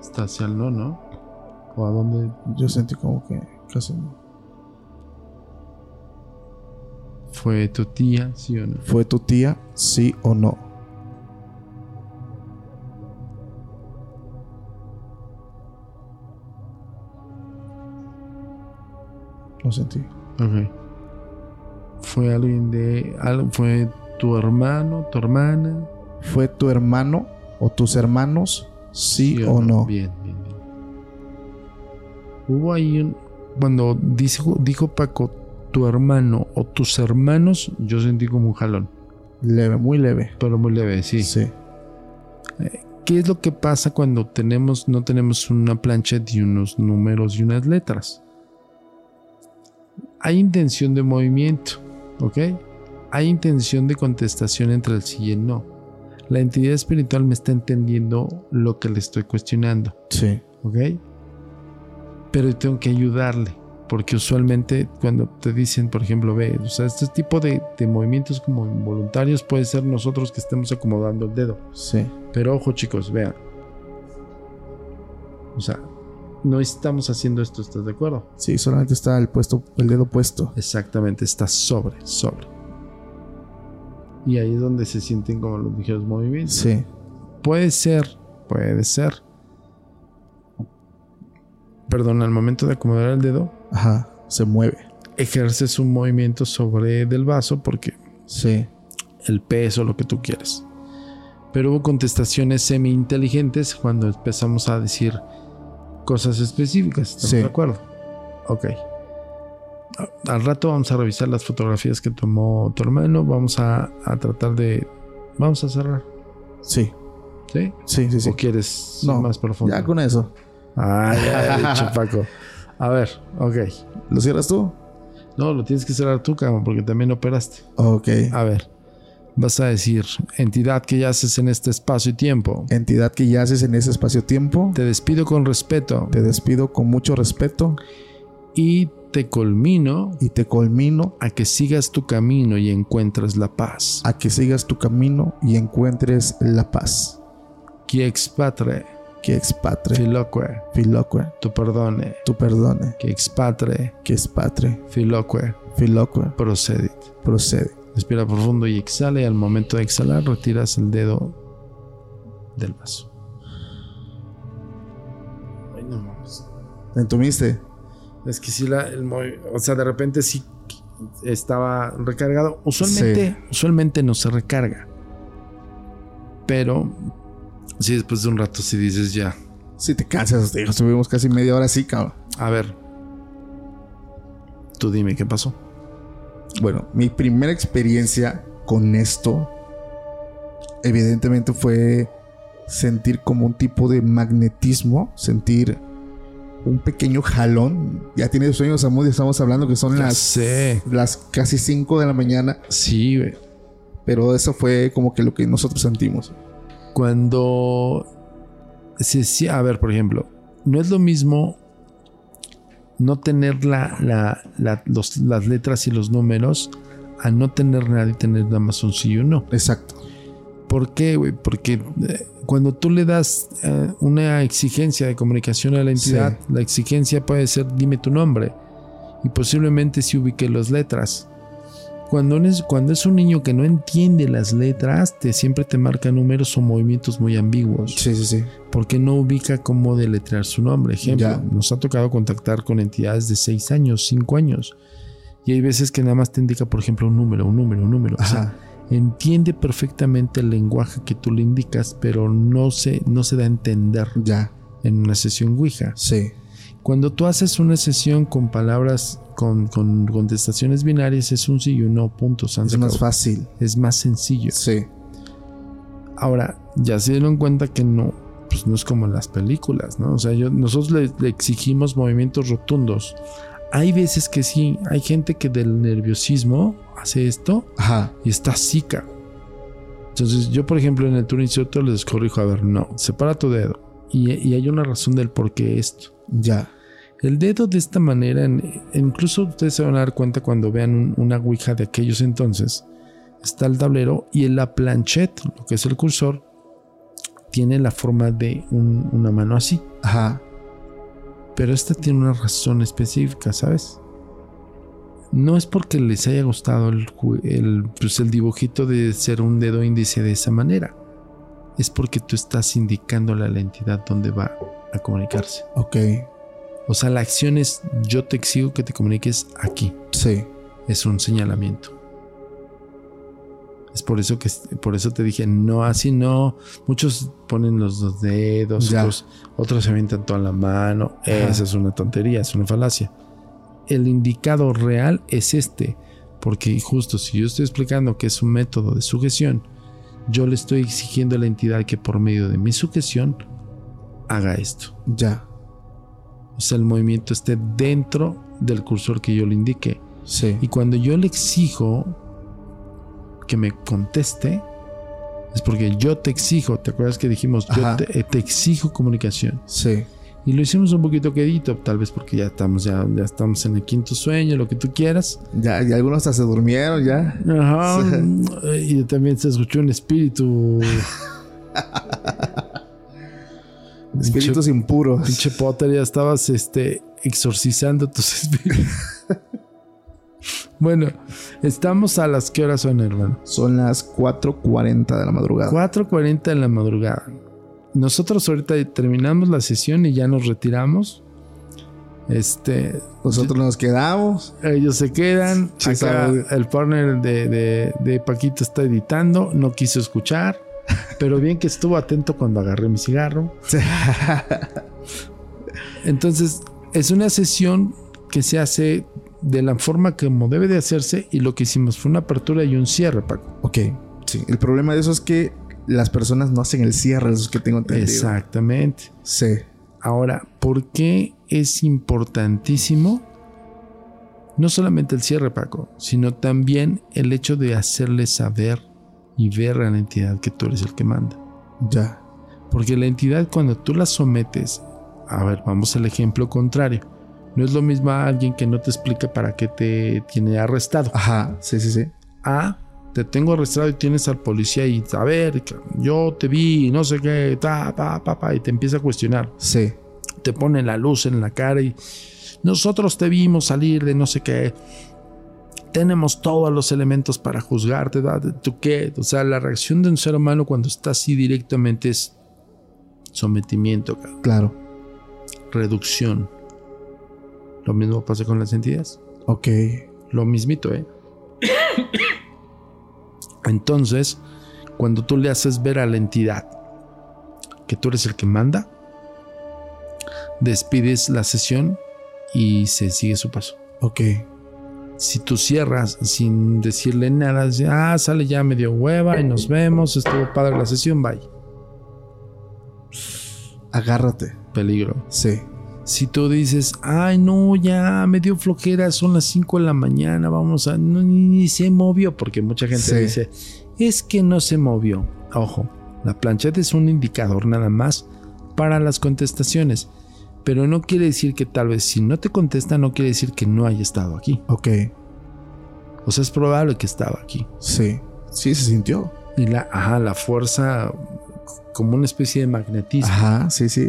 S1: Está hacia el no, ¿no? ¿O a dónde?
S2: Yo sentí como que casi no.
S1: ¿Fue tu tía? Sí o no.
S2: ¿Fue tu tía? ¿Sí o no? No sentí.
S1: Ok. ¿Fue alguien de... al- ¿Fue tu hermano? ¿Tu hermana?
S2: ¿Fue tu hermano o tus hermanos? ¿Sí, o no?
S1: Bien, bien, bien. Hubo ahí un... Cuando dijo, dijo Paco, tu hermano o tus hermanos, yo sentí como un jalón,
S2: Leve, muy leve.
S1: pero muy leve, sí.
S2: Sí.
S1: ¿Qué es lo que pasa cuando tenemos, no tenemos una planchette y unos números y unas letras? Hay intención de movimiento, ¿ok? Hay intención de contestación entre el sí y el no. La entidad espiritual me está entendiendo lo que le estoy cuestionando.
S2: Sí.
S1: ¿ok? Pero yo tengo que ayudarle, porque usualmente cuando te dicen, por ejemplo, ve, o sea, este tipo de, de movimientos como involuntarios puede ser nosotros que estemos acomodando el dedo.
S2: Sí.
S1: Pero ojo chicos, vean. O sea, no estamos haciendo esto, ¿estás de acuerdo?
S2: Sí, solamente está el puesto, el dedo puesto.
S1: Exactamente, está sobre, sobre. Y ahí es donde se sienten como los ligeros movimientos.
S2: Sí.
S1: Puede ser, puede ser. Perdón, al momento de acomodar el dedo,
S2: Ajá. Se mueve.
S1: ejerces un movimiento sobre del vaso porque
S2: Sí.
S1: el peso, lo que tú quieres. Pero hubo contestaciones semi-inteligentes cuando empezamos a decir cosas específicas. ¿Estamos
S2: Sí.
S1: de acuerdo? Ok. A- Al rato vamos a revisar las fotografías que tomó tu hermano. Vamos a, a tratar de. Vamos a cerrar.
S2: Sí.
S1: ¿Sí?
S2: Sí, sí, sí.
S1: ¿O quieres
S2: No,
S1: más profundo?
S2: Ya con eso.
S1: Ah, ya,
S2: *laughs*
S1: ya, dicho, Paco. A ver, ok.
S2: ¿Lo cierras tú?
S1: No, lo tienes que cerrar tú, cabrón, porque también operaste.
S2: Ok.
S1: A ver, vas a decir, entidad que yaces en este espacio y tiempo,
S2: Entidad que yaces en ese espacio-tiempo,
S1: te despido con respeto
S2: te despido con mucho respeto
S1: y te colmino
S2: y te colmino
S1: a que sigas tu camino y encuentres la paz.
S2: a que sigas tu camino y encuentres la paz.
S1: Que expatre,
S2: Que expatre,
S1: filoque,
S2: filoque,
S1: tu perdone.
S2: tu perdone.
S1: Que expatre,
S2: Que expatre,
S1: filoque,
S2: filoque,
S1: procedit.
S2: procede.
S1: Respira profundo y exhala y al momento de exhalar retiras el dedo del vaso. Ay, no mames.
S2: ¿Entumiste?
S1: Es que sí, la, el movi- o sea, de repente sí estaba recargado. Usualmente, usualmente no se recarga. Pero sí, después de un rato si dices ya.
S2: Si te cansas, te digo, estuvimos casi media hora así, cabrón.
S1: A ver. Tú dime qué pasó.
S2: Bueno, mi primera experiencia con esto, evidentemente fue sentir como un tipo de magnetismo, sentir un pequeño jalón. Ya tienes sueño, Samuel, ya estamos hablando que son
S1: Ya
S2: las,
S1: sé.
S2: las casi 5 de la mañana,
S1: Sí, güey.
S2: pero eso fue como que lo que nosotros sentimos.
S1: Cuando. se sie- a ver, por ejemplo, no es lo mismo no tener la, la- la- los- las letras y los números a no tener nada y tener nada más un sí y un no.
S2: Exacto.
S1: ¿Por qué, güey? Porque eh, cuando tú le das eh, una exigencia de comunicación a la entidad, la exigencia puede ser dime tu nombre y posiblemente si ubique las letras. Cuando es, cuando es un niño que no entiende las letras, te, siempre te marca números o movimientos muy ambiguos
S2: Sí, sí, sí.
S1: porque no ubica cómo deletrear su nombre. Ejemplo,
S2: Ya.
S1: nos ha tocado contactar con entidades de 6 años, 5 años, Y hay veces que nada más te indica, por ejemplo, un número, un número, un número. O sea,
S2: Ajá.
S1: entiende perfectamente el lenguaje que tú le indicas, pero no se, no se da a entender
S2: Ya.
S1: en una sesión Ouija.
S2: Sí.
S1: Cuando tú haces una sesión con palabras, con, con contestaciones binarias, es un sí y un no, punto. se
S2: Es más
S1: acabó.
S2: fácil.
S1: es más sencillo.
S2: Sí.
S1: Ahora, ya se dieron cuenta que no, pues no es como en las películas, ¿no? O sea, yo- nosotros le, le exigimos movimientos rotundos. Hay veces que sí, hay gente que del nerviosismo hace esto
S2: Ajá.
S1: y está sica. Entonces, yo, por ejemplo, en el turno iniciato les corrijo, a ver, no, separa tu dedo. Y, y hay una razón del por qué esto.
S2: Ya.
S1: El dedo de esta manera, en- incluso ustedes se van a dar cuenta cuando vean un- una Ouija de aquellos entonces, está el tablero y en la planchette, lo que es el cursor, tiene la forma de un- una mano así.
S2: Ajá.
S1: Pero esta tiene una razón específica, ¿sabes? No es porque les haya gustado el, ju- el, pues, el dibujito de ser un dedo índice de esa manera. Es porque tú estás indicándole a la entidad dónde va a comunicarse.
S2: Ok.
S1: O sea, la acción es yo te exijo que te comuniques aquí.
S2: Sí.
S1: Es un señalamiento. Es por eso que por eso te dije, no, así no. Muchos ponen los dos dedos,
S2: Ya.
S1: otros, otros se avientan toda la mano. Esa es una tontería, es una falacia. El indicado real es este, porque justo si yo estoy explicando que es un método de sujeción, yo le estoy exigiendo a la entidad que por medio de mi sujeción haga esto.
S2: Ya.
S1: O sea, el movimiento esté dentro del cursor que yo le indique.
S2: Sí.
S1: Y cuando yo le exijo que me conteste, es porque yo te exijo, ¿te acuerdas que dijimos? Yo
S2: Ajá.
S1: te, eh, te exijo comunicación.
S2: Sí.
S1: Y lo hicimos un poquito quedito, tal vez porque ya estamos, ya, ya estamos en el quinto sueño, lo que tú quieras.
S2: Ya. Y algunos hasta se durmieron ya.
S1: Ajá.
S2: *laughs* Sí.
S1: mm, Y también se escuchó un
S2: *laughs*
S1: espíritu,
S2: Espíritus impuros.
S1: pinche Potter, ya estabas este, exorcizando tus *laughs* espíritus. bueno, estamos a las que horas son, hermano.
S2: Son las 4.40 de la madrugada.
S1: 4.40 de la madrugada. Nosotros ahorita terminamos la sesión y ya nos retiramos. Este,
S2: Nosotros nos quedamos.
S1: ellos se quedan.
S2: Sí,
S1: Acá
S2: sabe.
S1: el partner de, de- de Paquito está editando, no quiso
S2: *laughs*
S1: escuchar, pero bien que estuvo atento cuando agarré mi cigarro. Entonces, es una sesión que se hace de la forma como debe de hacerse y lo que hicimos fue una apertura y un cierre, Paco.
S2: ok. Sí. El problema de eso es que las personas no hacen el cierre, eso es que tengo entendido.
S1: Exactamente.
S2: Sí.
S1: Ahora, ¿por qué es importantísimo? No solamente el cierre, Paco, sino también el hecho de hacerle saber y ver a la entidad que tú eres el que manda.
S2: Ya.
S1: Porque la entidad cuando tú la sometes, a ver, vamos al ejemplo contrario. No es lo mismo a alguien que no te explica para qué te tiene arrestado.
S2: Ajá. Sí, sí, sí.
S1: A, te tengo arrestado y tienes al policía y a ver, yo te vi, no sé qué, ta, pa, pa, pa, y te empieza a cuestionar
S2: Sí.
S1: te pone la luz en la cara y nosotros te vimos salir de no sé qué. Tenemos todos los elementos para juzgarte, da- de- ¿tú qué? O sea, la reacción de un ser humano cuando está así directamente es sometimiento, cabrón,
S2: Claro.
S1: reducción. Lo mismo pasa con las entidades.
S2: Ok.
S1: Lo mismito, ¿eh? Entonces, cuando tú le haces ver a la entidad que tú eres el que manda, despides la sesión y se sigue su paso.
S2: Ok.
S1: Si tú cierras sin decirle nada, dice, ah, sale ya medio hueva y nos vemos, estuvo padre la sesión, bye.
S2: Agárrate.
S1: Peligro.
S2: Sí.
S1: Si tú dices, ay, no, ya me dio flojera, son las 5 de la mañana, vamos a. No, ni, ni se movió, porque mucha gente
S2: Sí.
S1: dice, es que no se movió. Ojo, la plancheta es un indicador nada más para las contestaciones, pero no quiere decir que tal vez si no te contesta, no quiere decir que no haya estado aquí.
S2: Ok.
S1: O sea, es probable que estaba aquí.
S2: Sí. Sí, se sintió.
S1: Y la, ajá, la fuerza como una especie de magnetismo.
S2: Ajá. Sí, sí.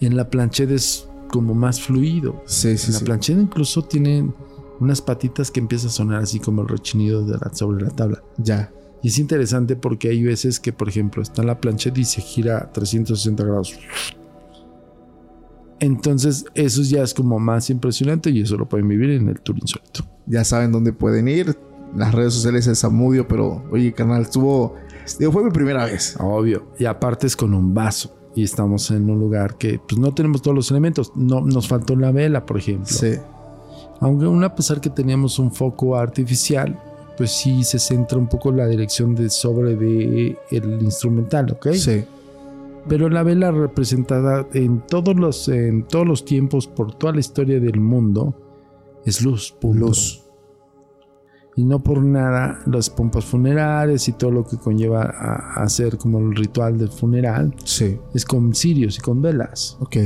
S1: En la plancheta es como más fluido.
S2: Sí, sí,
S1: la
S2: sí.
S1: plancheta incluso tiene unas patitas que empieza a sonar así como el rechinido de la, sobre la tabla.
S2: Ya.
S1: Y es interesante porque hay veces que, por ejemplo, está la plancheta y se gira 360 grados. Entonces, eso ya es como más impresionante y eso lo pueden vivir en el tour insólito.
S2: ya saben dónde pueden ir. Las redes sociales es Samudio, pero oye, carnal, estuvo. Digo, fue mi primera vez.
S1: Obvio. Y aparte es con un vaso. Y estamos en un lugar que pues, no tenemos todos los elementos. No, nos faltó la vela, por ejemplo.
S2: Sí.
S1: Aunque aún a pesar que teníamos un foco artificial, pues sí se centra un poco la dirección de sobre de el instrumental, ¿ok?
S2: Sí.
S1: Pero la vela representada en todos los en todos los tiempos por toda la historia del mundo es luz, punto.
S2: Luz.
S1: Y no por nada las pompas funerarias y todo lo que conlleva a, a hacer como el ritual del funeral
S2: Sí.
S1: es con cirios y con velas,
S2: Ok.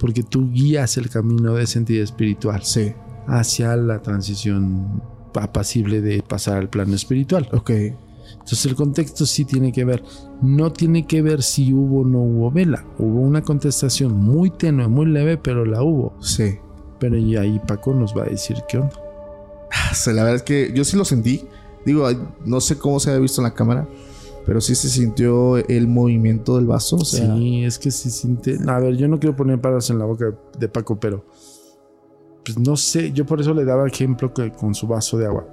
S1: porque tú guías el camino de esa entidad espiritual
S2: Sí.
S1: hacia la transición apacible de pasar al plano espiritual.
S2: Ok.
S1: Entonces el contexto sí tiene que ver. No tiene que ver si hubo o no hubo vela. Hubo una contestación muy tenue, muy leve, pero la hubo.
S2: Sí.
S1: Pero y ahí Paco nos va a decir qué onda.
S2: O sea, la verdad es que yo Ah, sí lo sentí. Digo, ay, no sé cómo se había visto en la cámara, pero sí se sintió el movimiento del vaso. O sea,
S1: sí, es que sí siente... A ver, yo no quiero poner palabras en la boca de Paco, pero... Pues no sé, yo por eso le daba ejemplo que con su vaso de agua.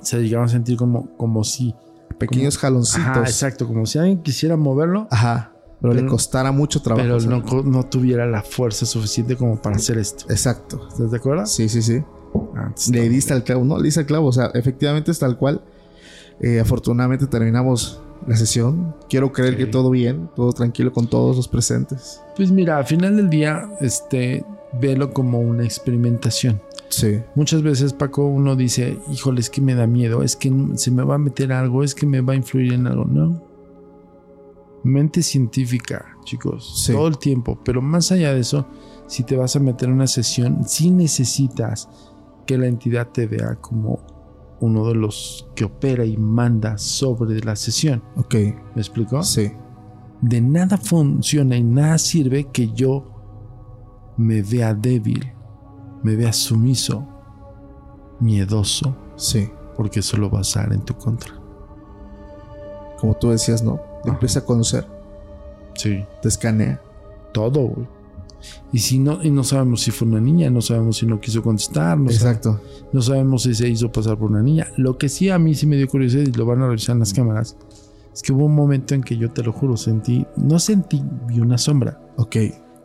S1: Se llegaba a sentir como, como si...
S2: pequeños jaloncitos.
S1: Ajá,
S2: Ajá,
S1: exacto, como si alguien quisiera moverlo,
S2: Pero, le
S1: Pero-
S2: costara mucho trabajo.
S1: pero
S2: o sea.
S1: no, co- no tuviera la fuerza suficiente como para hacer esto.
S2: Exacto.
S1: ¿Estás de acuerdo?
S2: Sí, sí, sí.
S1: Ah, entonces
S2: Le
S1: está-
S2: diste al clavo, ¿no? Le diste al clavo. O sea, efectivamente es tal cual. Eh, afortunadamente terminamos la sesión. Quiero creer
S1: Sí.
S2: que todo bien, todo tranquilo con todos los presentes.
S1: Pues mira, al final del día, este, velo como una experimentación.
S2: Sí,
S1: Muchas veces, Paco, uno dice, híjole, es que me da miedo, es que se me va a meter algo, es que me va a influir en algo. No. Mente científica, chicos,
S2: Sí.
S1: todo el tiempo. Pero más allá de eso, si te vas a meter en una sesión, sí necesitas que la entidad te vea como uno de los que opera y manda sobre la sesión.
S2: ok.
S1: ¿Me explico?
S2: Sí,
S1: De nada funciona y nada sirve que yo me vea débil, me vea sumiso, miedoso,
S2: sí.
S1: porque eso lo va a usar en tu contra.
S2: Como tú decías, ¿no? Te
S1: Ajá.
S2: empieza a conocer,
S1: Sí.
S2: te escanea.
S1: Todo, güey. Y si no, y no sabemos si fue una niña, no sabemos si no quiso contestar, no, sabe-
S2: Exacto.
S1: no sabemos si se hizo pasar por una niña. Lo que sí a mí sí me dio curiosidad y lo van a revisar en las cámaras. Es que hubo un momento en que yo te lo juro, sentí, no sentí, vi una sombra.
S2: Ok.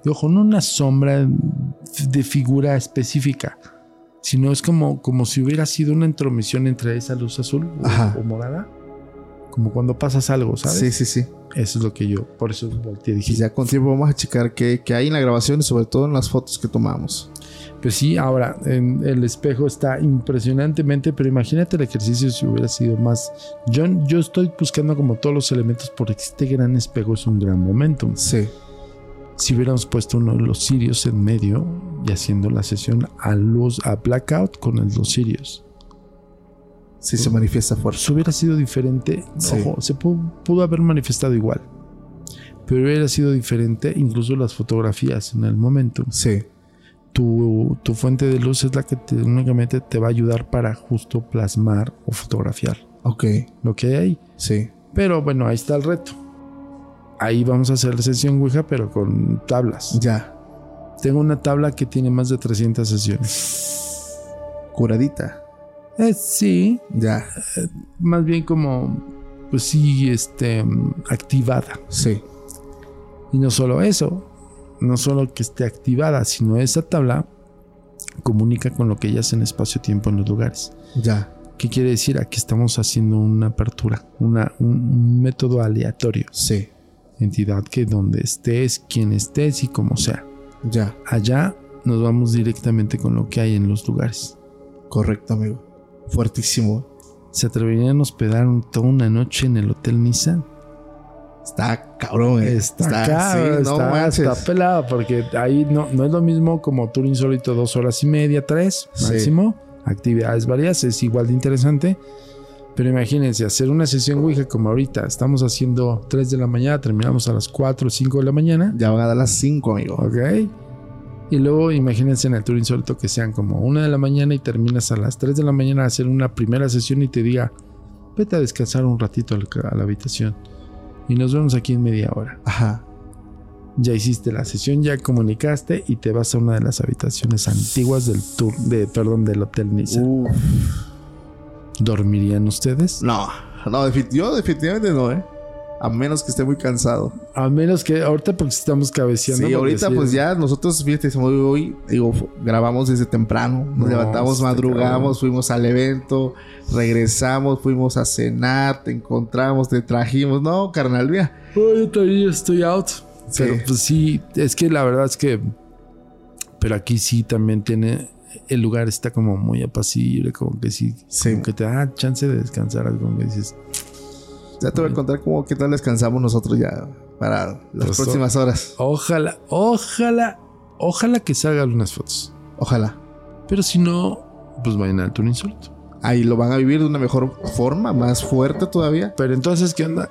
S1: Y ojo, no una sombra de figura específica, sino es como, como si hubiera sido una intromisión entre esa luz azul o-
S2: Ajá.
S1: o, morada. Como cuando pasas algo, ¿sabes?
S2: Sí, sí, sí.
S1: Eso es lo que yo, por eso volteé y
S2: Y
S1: dije.
S2: ya con tiempo vamos a checar qué, qué hay en la grabación y sobre todo en las fotos que tomamos.
S1: Pues sí, ahora en el espejo está impresionantemente, pero imagínate el ejercicio si hubiera sido más. Yo, yo estoy buscando como todos los elementos porque este gran espejo es un gran momento.
S2: Sí.
S1: si hubiéramos puesto uno de los sirios en medio y haciendo la sesión a luz, a blackout con el- los sirios.
S2: Sí, se manifiesta fuerte.
S1: Pues hubiera sido diferente.
S2: Sí.
S1: Ojo, se pu- pudo, haber manifestado igual. Pero hubiera sido diferente incluso las fotografías en el momento.
S2: Sí.
S1: Tu, tu fuente de luz es la que te- únicamente te va a ayudar para justo plasmar o fotografiar
S2: Ok.
S1: lo que hay ahí.
S2: Sí.
S1: Pero bueno, ahí está el reto. Ahí vamos a hacer la sesión Ouija, pero con tablas.
S2: Ya.
S1: Tengo una tabla que tiene más de 300 sesiones.
S2: Curadita.
S1: Eh, sí,
S2: Ya.
S1: más bien como, pues sí, este, mm, activada.
S2: Sí.
S1: Y no solo eso, no solo que esté activada, sino esa tabla comunica con lo que ya en espacio-tiempo en los lugares.
S2: Ya.
S1: ¿Qué quiere decir? Aquí estamos haciendo una apertura, una, un- un método aleatorio.
S2: Sí.
S1: Entidad que donde estés, quien estés y como sea.
S2: Ya.
S1: Allá nos vamos directamente con lo que hay en los lugares.
S2: Correcto, amigo. Fuertísimo.
S1: ¿Se atreverían a hospedar un- toda una noche en el Hotel Nissan?
S2: Está cabrón, eh.
S1: Está, acá,
S2: sí, no
S1: está,
S2: manches.
S1: está pelada, porque ahí no, no es lo mismo como Tour Insólito, dos horas y media, tres
S2: Sí.
S1: máximo. Actividades varias, es igual de interesante. Pero imagínense, hacer una sesión Ouija como ahorita, estamos haciendo 3 de la mañana, terminamos a las 4 o 5 de la mañana,
S2: Ya van a dar las 5, amigo.
S1: ¿ok? Y luego imagínense en el Tour Insólito que sean como 1 de la mañana y terminas a las 3 de la mañana a hacer una primera sesión y te diga, vete a descansar un ratito al- a la habitación. Y nos vemos aquí en media hora.
S2: Ajá.
S1: ya hiciste la sesión, ya comunicaste y te vas a una de las habitaciones antiguas del tour, de, perdón, del Hotel Niza.
S2: Uf.
S1: ¿Dormirían ustedes?
S2: No, no, defi- yo definitivamente no, ¿eh? A menos que esté muy cansado.
S1: A menos que ahorita porque estamos cabeceando.
S2: Sí,
S1: porque
S2: ahorita
S1: sí, eh.
S2: pues ya nosotros, fíjate, somos hoy, digo, fu- grabamos desde temprano, nos
S1: No,
S2: levantamos,
S1: está cabrón.
S2: madrugamos, fuimos al evento, regresamos, fuimos a cenar, te encontramos, te trajimos, no, carnal, mira.
S1: "Ay, yo todavía estoy out.
S2: Sí.
S1: Pero pues sí, es que la verdad es que. Pero aquí sí también tiene. El lugar está como muy apacible, como que sí.
S2: Sí.
S1: Como que te da chance de descansar, como que dices.
S2: Ya te voy a contar cómo qué tal descansamos nosotros ya para las
S1: Pues,
S2: próximas horas.
S1: Ojalá, ojalá, ojalá que salgan unas fotos.
S2: Ojalá.
S1: Pero si no, pues vayan al tour insólito.
S2: Ahí lo van a vivir de una mejor forma, más fuerte todavía.
S1: Pero entonces, ¿qué onda?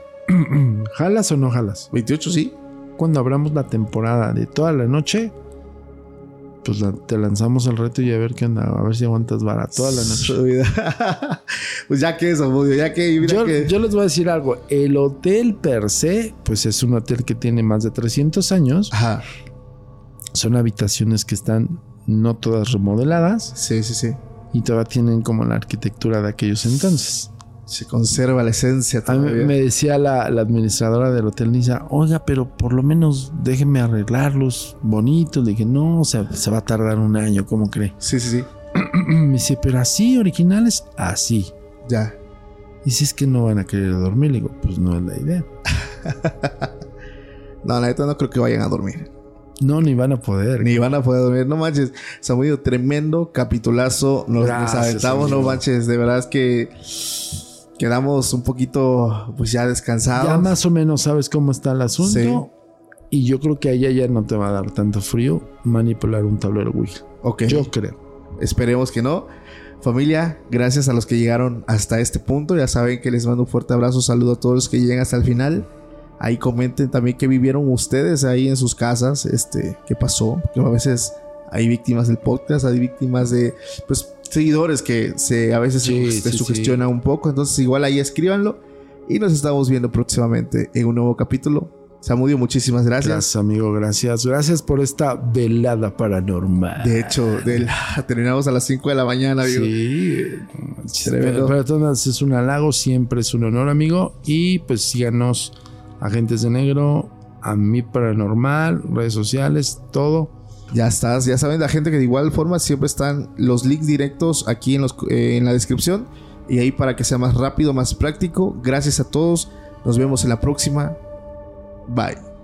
S1: *clears throat* ¿Jalas o no jalas?
S2: 28 sí.
S1: Cuando abramos la temporada de toda la noche, pues la- te lanzamos el reto y a ver qué onda, a ver si aguantas vara toda la noche.
S2: Su vida. *laughs* pues ya que eso, Budio, ya que, mira
S1: Yo,
S2: que-
S1: yo les voy a decir algo, el hotel per se, pues es un hotel que tiene más de 300 años,
S2: Ajá.
S1: son habitaciones que están no todas remodeladas
S2: Sí, sí, sí.
S1: y todavía tienen como la arquitectura de aquellos entonces.
S2: Se conserva la esencia
S1: A mí
S2: todavía.
S1: me decía la, la administradora del hotel Niza, oiga, pero por lo menos déjeme arreglarlos bonitos. Le dije, no, se, se va a tardar un año, ¿cómo cree? *clears throat*
S2: Sí, sí, sí.
S1: Me dice, pero así, originales, así.
S2: Ya.
S1: Y si es que no van a querer dormir, le digo, pues no es la idea.
S2: No, la neta no creo que vayan a dormir.
S1: No, ni van a poder.
S2: Ni van a poder dormir. No manches. Samuel, tremendo capitulazo. Nos, nos
S1: Gracias,
S2: aventamos, no
S1: amigo.
S2: manches. De verdad es que quedamos un poquito, pues ya descansados.
S1: ya más o menos sabes cómo está el asunto.
S2: Sí.
S1: Y yo creo que allá ya no te va a dar tanto frío manipular un tablero Ouija.
S2: Ok.
S1: Yo creo.
S2: Esperemos que no. Familia, gracias a los que llegaron hasta este punto. Ya saben que les mando un fuerte abrazo. Saludo a todos los que llegan hasta el final. Ahí comenten también qué vivieron ustedes ahí en sus casas. Este, qué pasó. Que a veces hay víctimas del podcast, hay víctimas de pues seguidores que se a veces
S1: Sí,
S2: se, se
S1: sí,
S2: sugestiona un poco. Entonces, igual ahí escríbanlo. Y nos estamos viendo próximamente en un nuevo capítulo. Samudio, muchísimas gracias.
S1: Gracias, amigo. Gracias. Gracias por esta velada paranormal.
S2: De hecho, del- *laughs* terminamos a las 5 de la mañana, amigo.
S1: Sí,
S2: Tremendo.
S1: pero, pero de todas maneras es un halago, siempre es un honor, amigo. Y pues síganos, Agentes de Negro, a mí paranormal, redes sociales, todo.
S2: Ya estás, ya saben la gente que de igual forma siempre están los links directos aquí en, los, eh, en la descripción y ahí para que sea más rápido, más práctico. Gracias a todos, nos vemos en la próxima. Bye.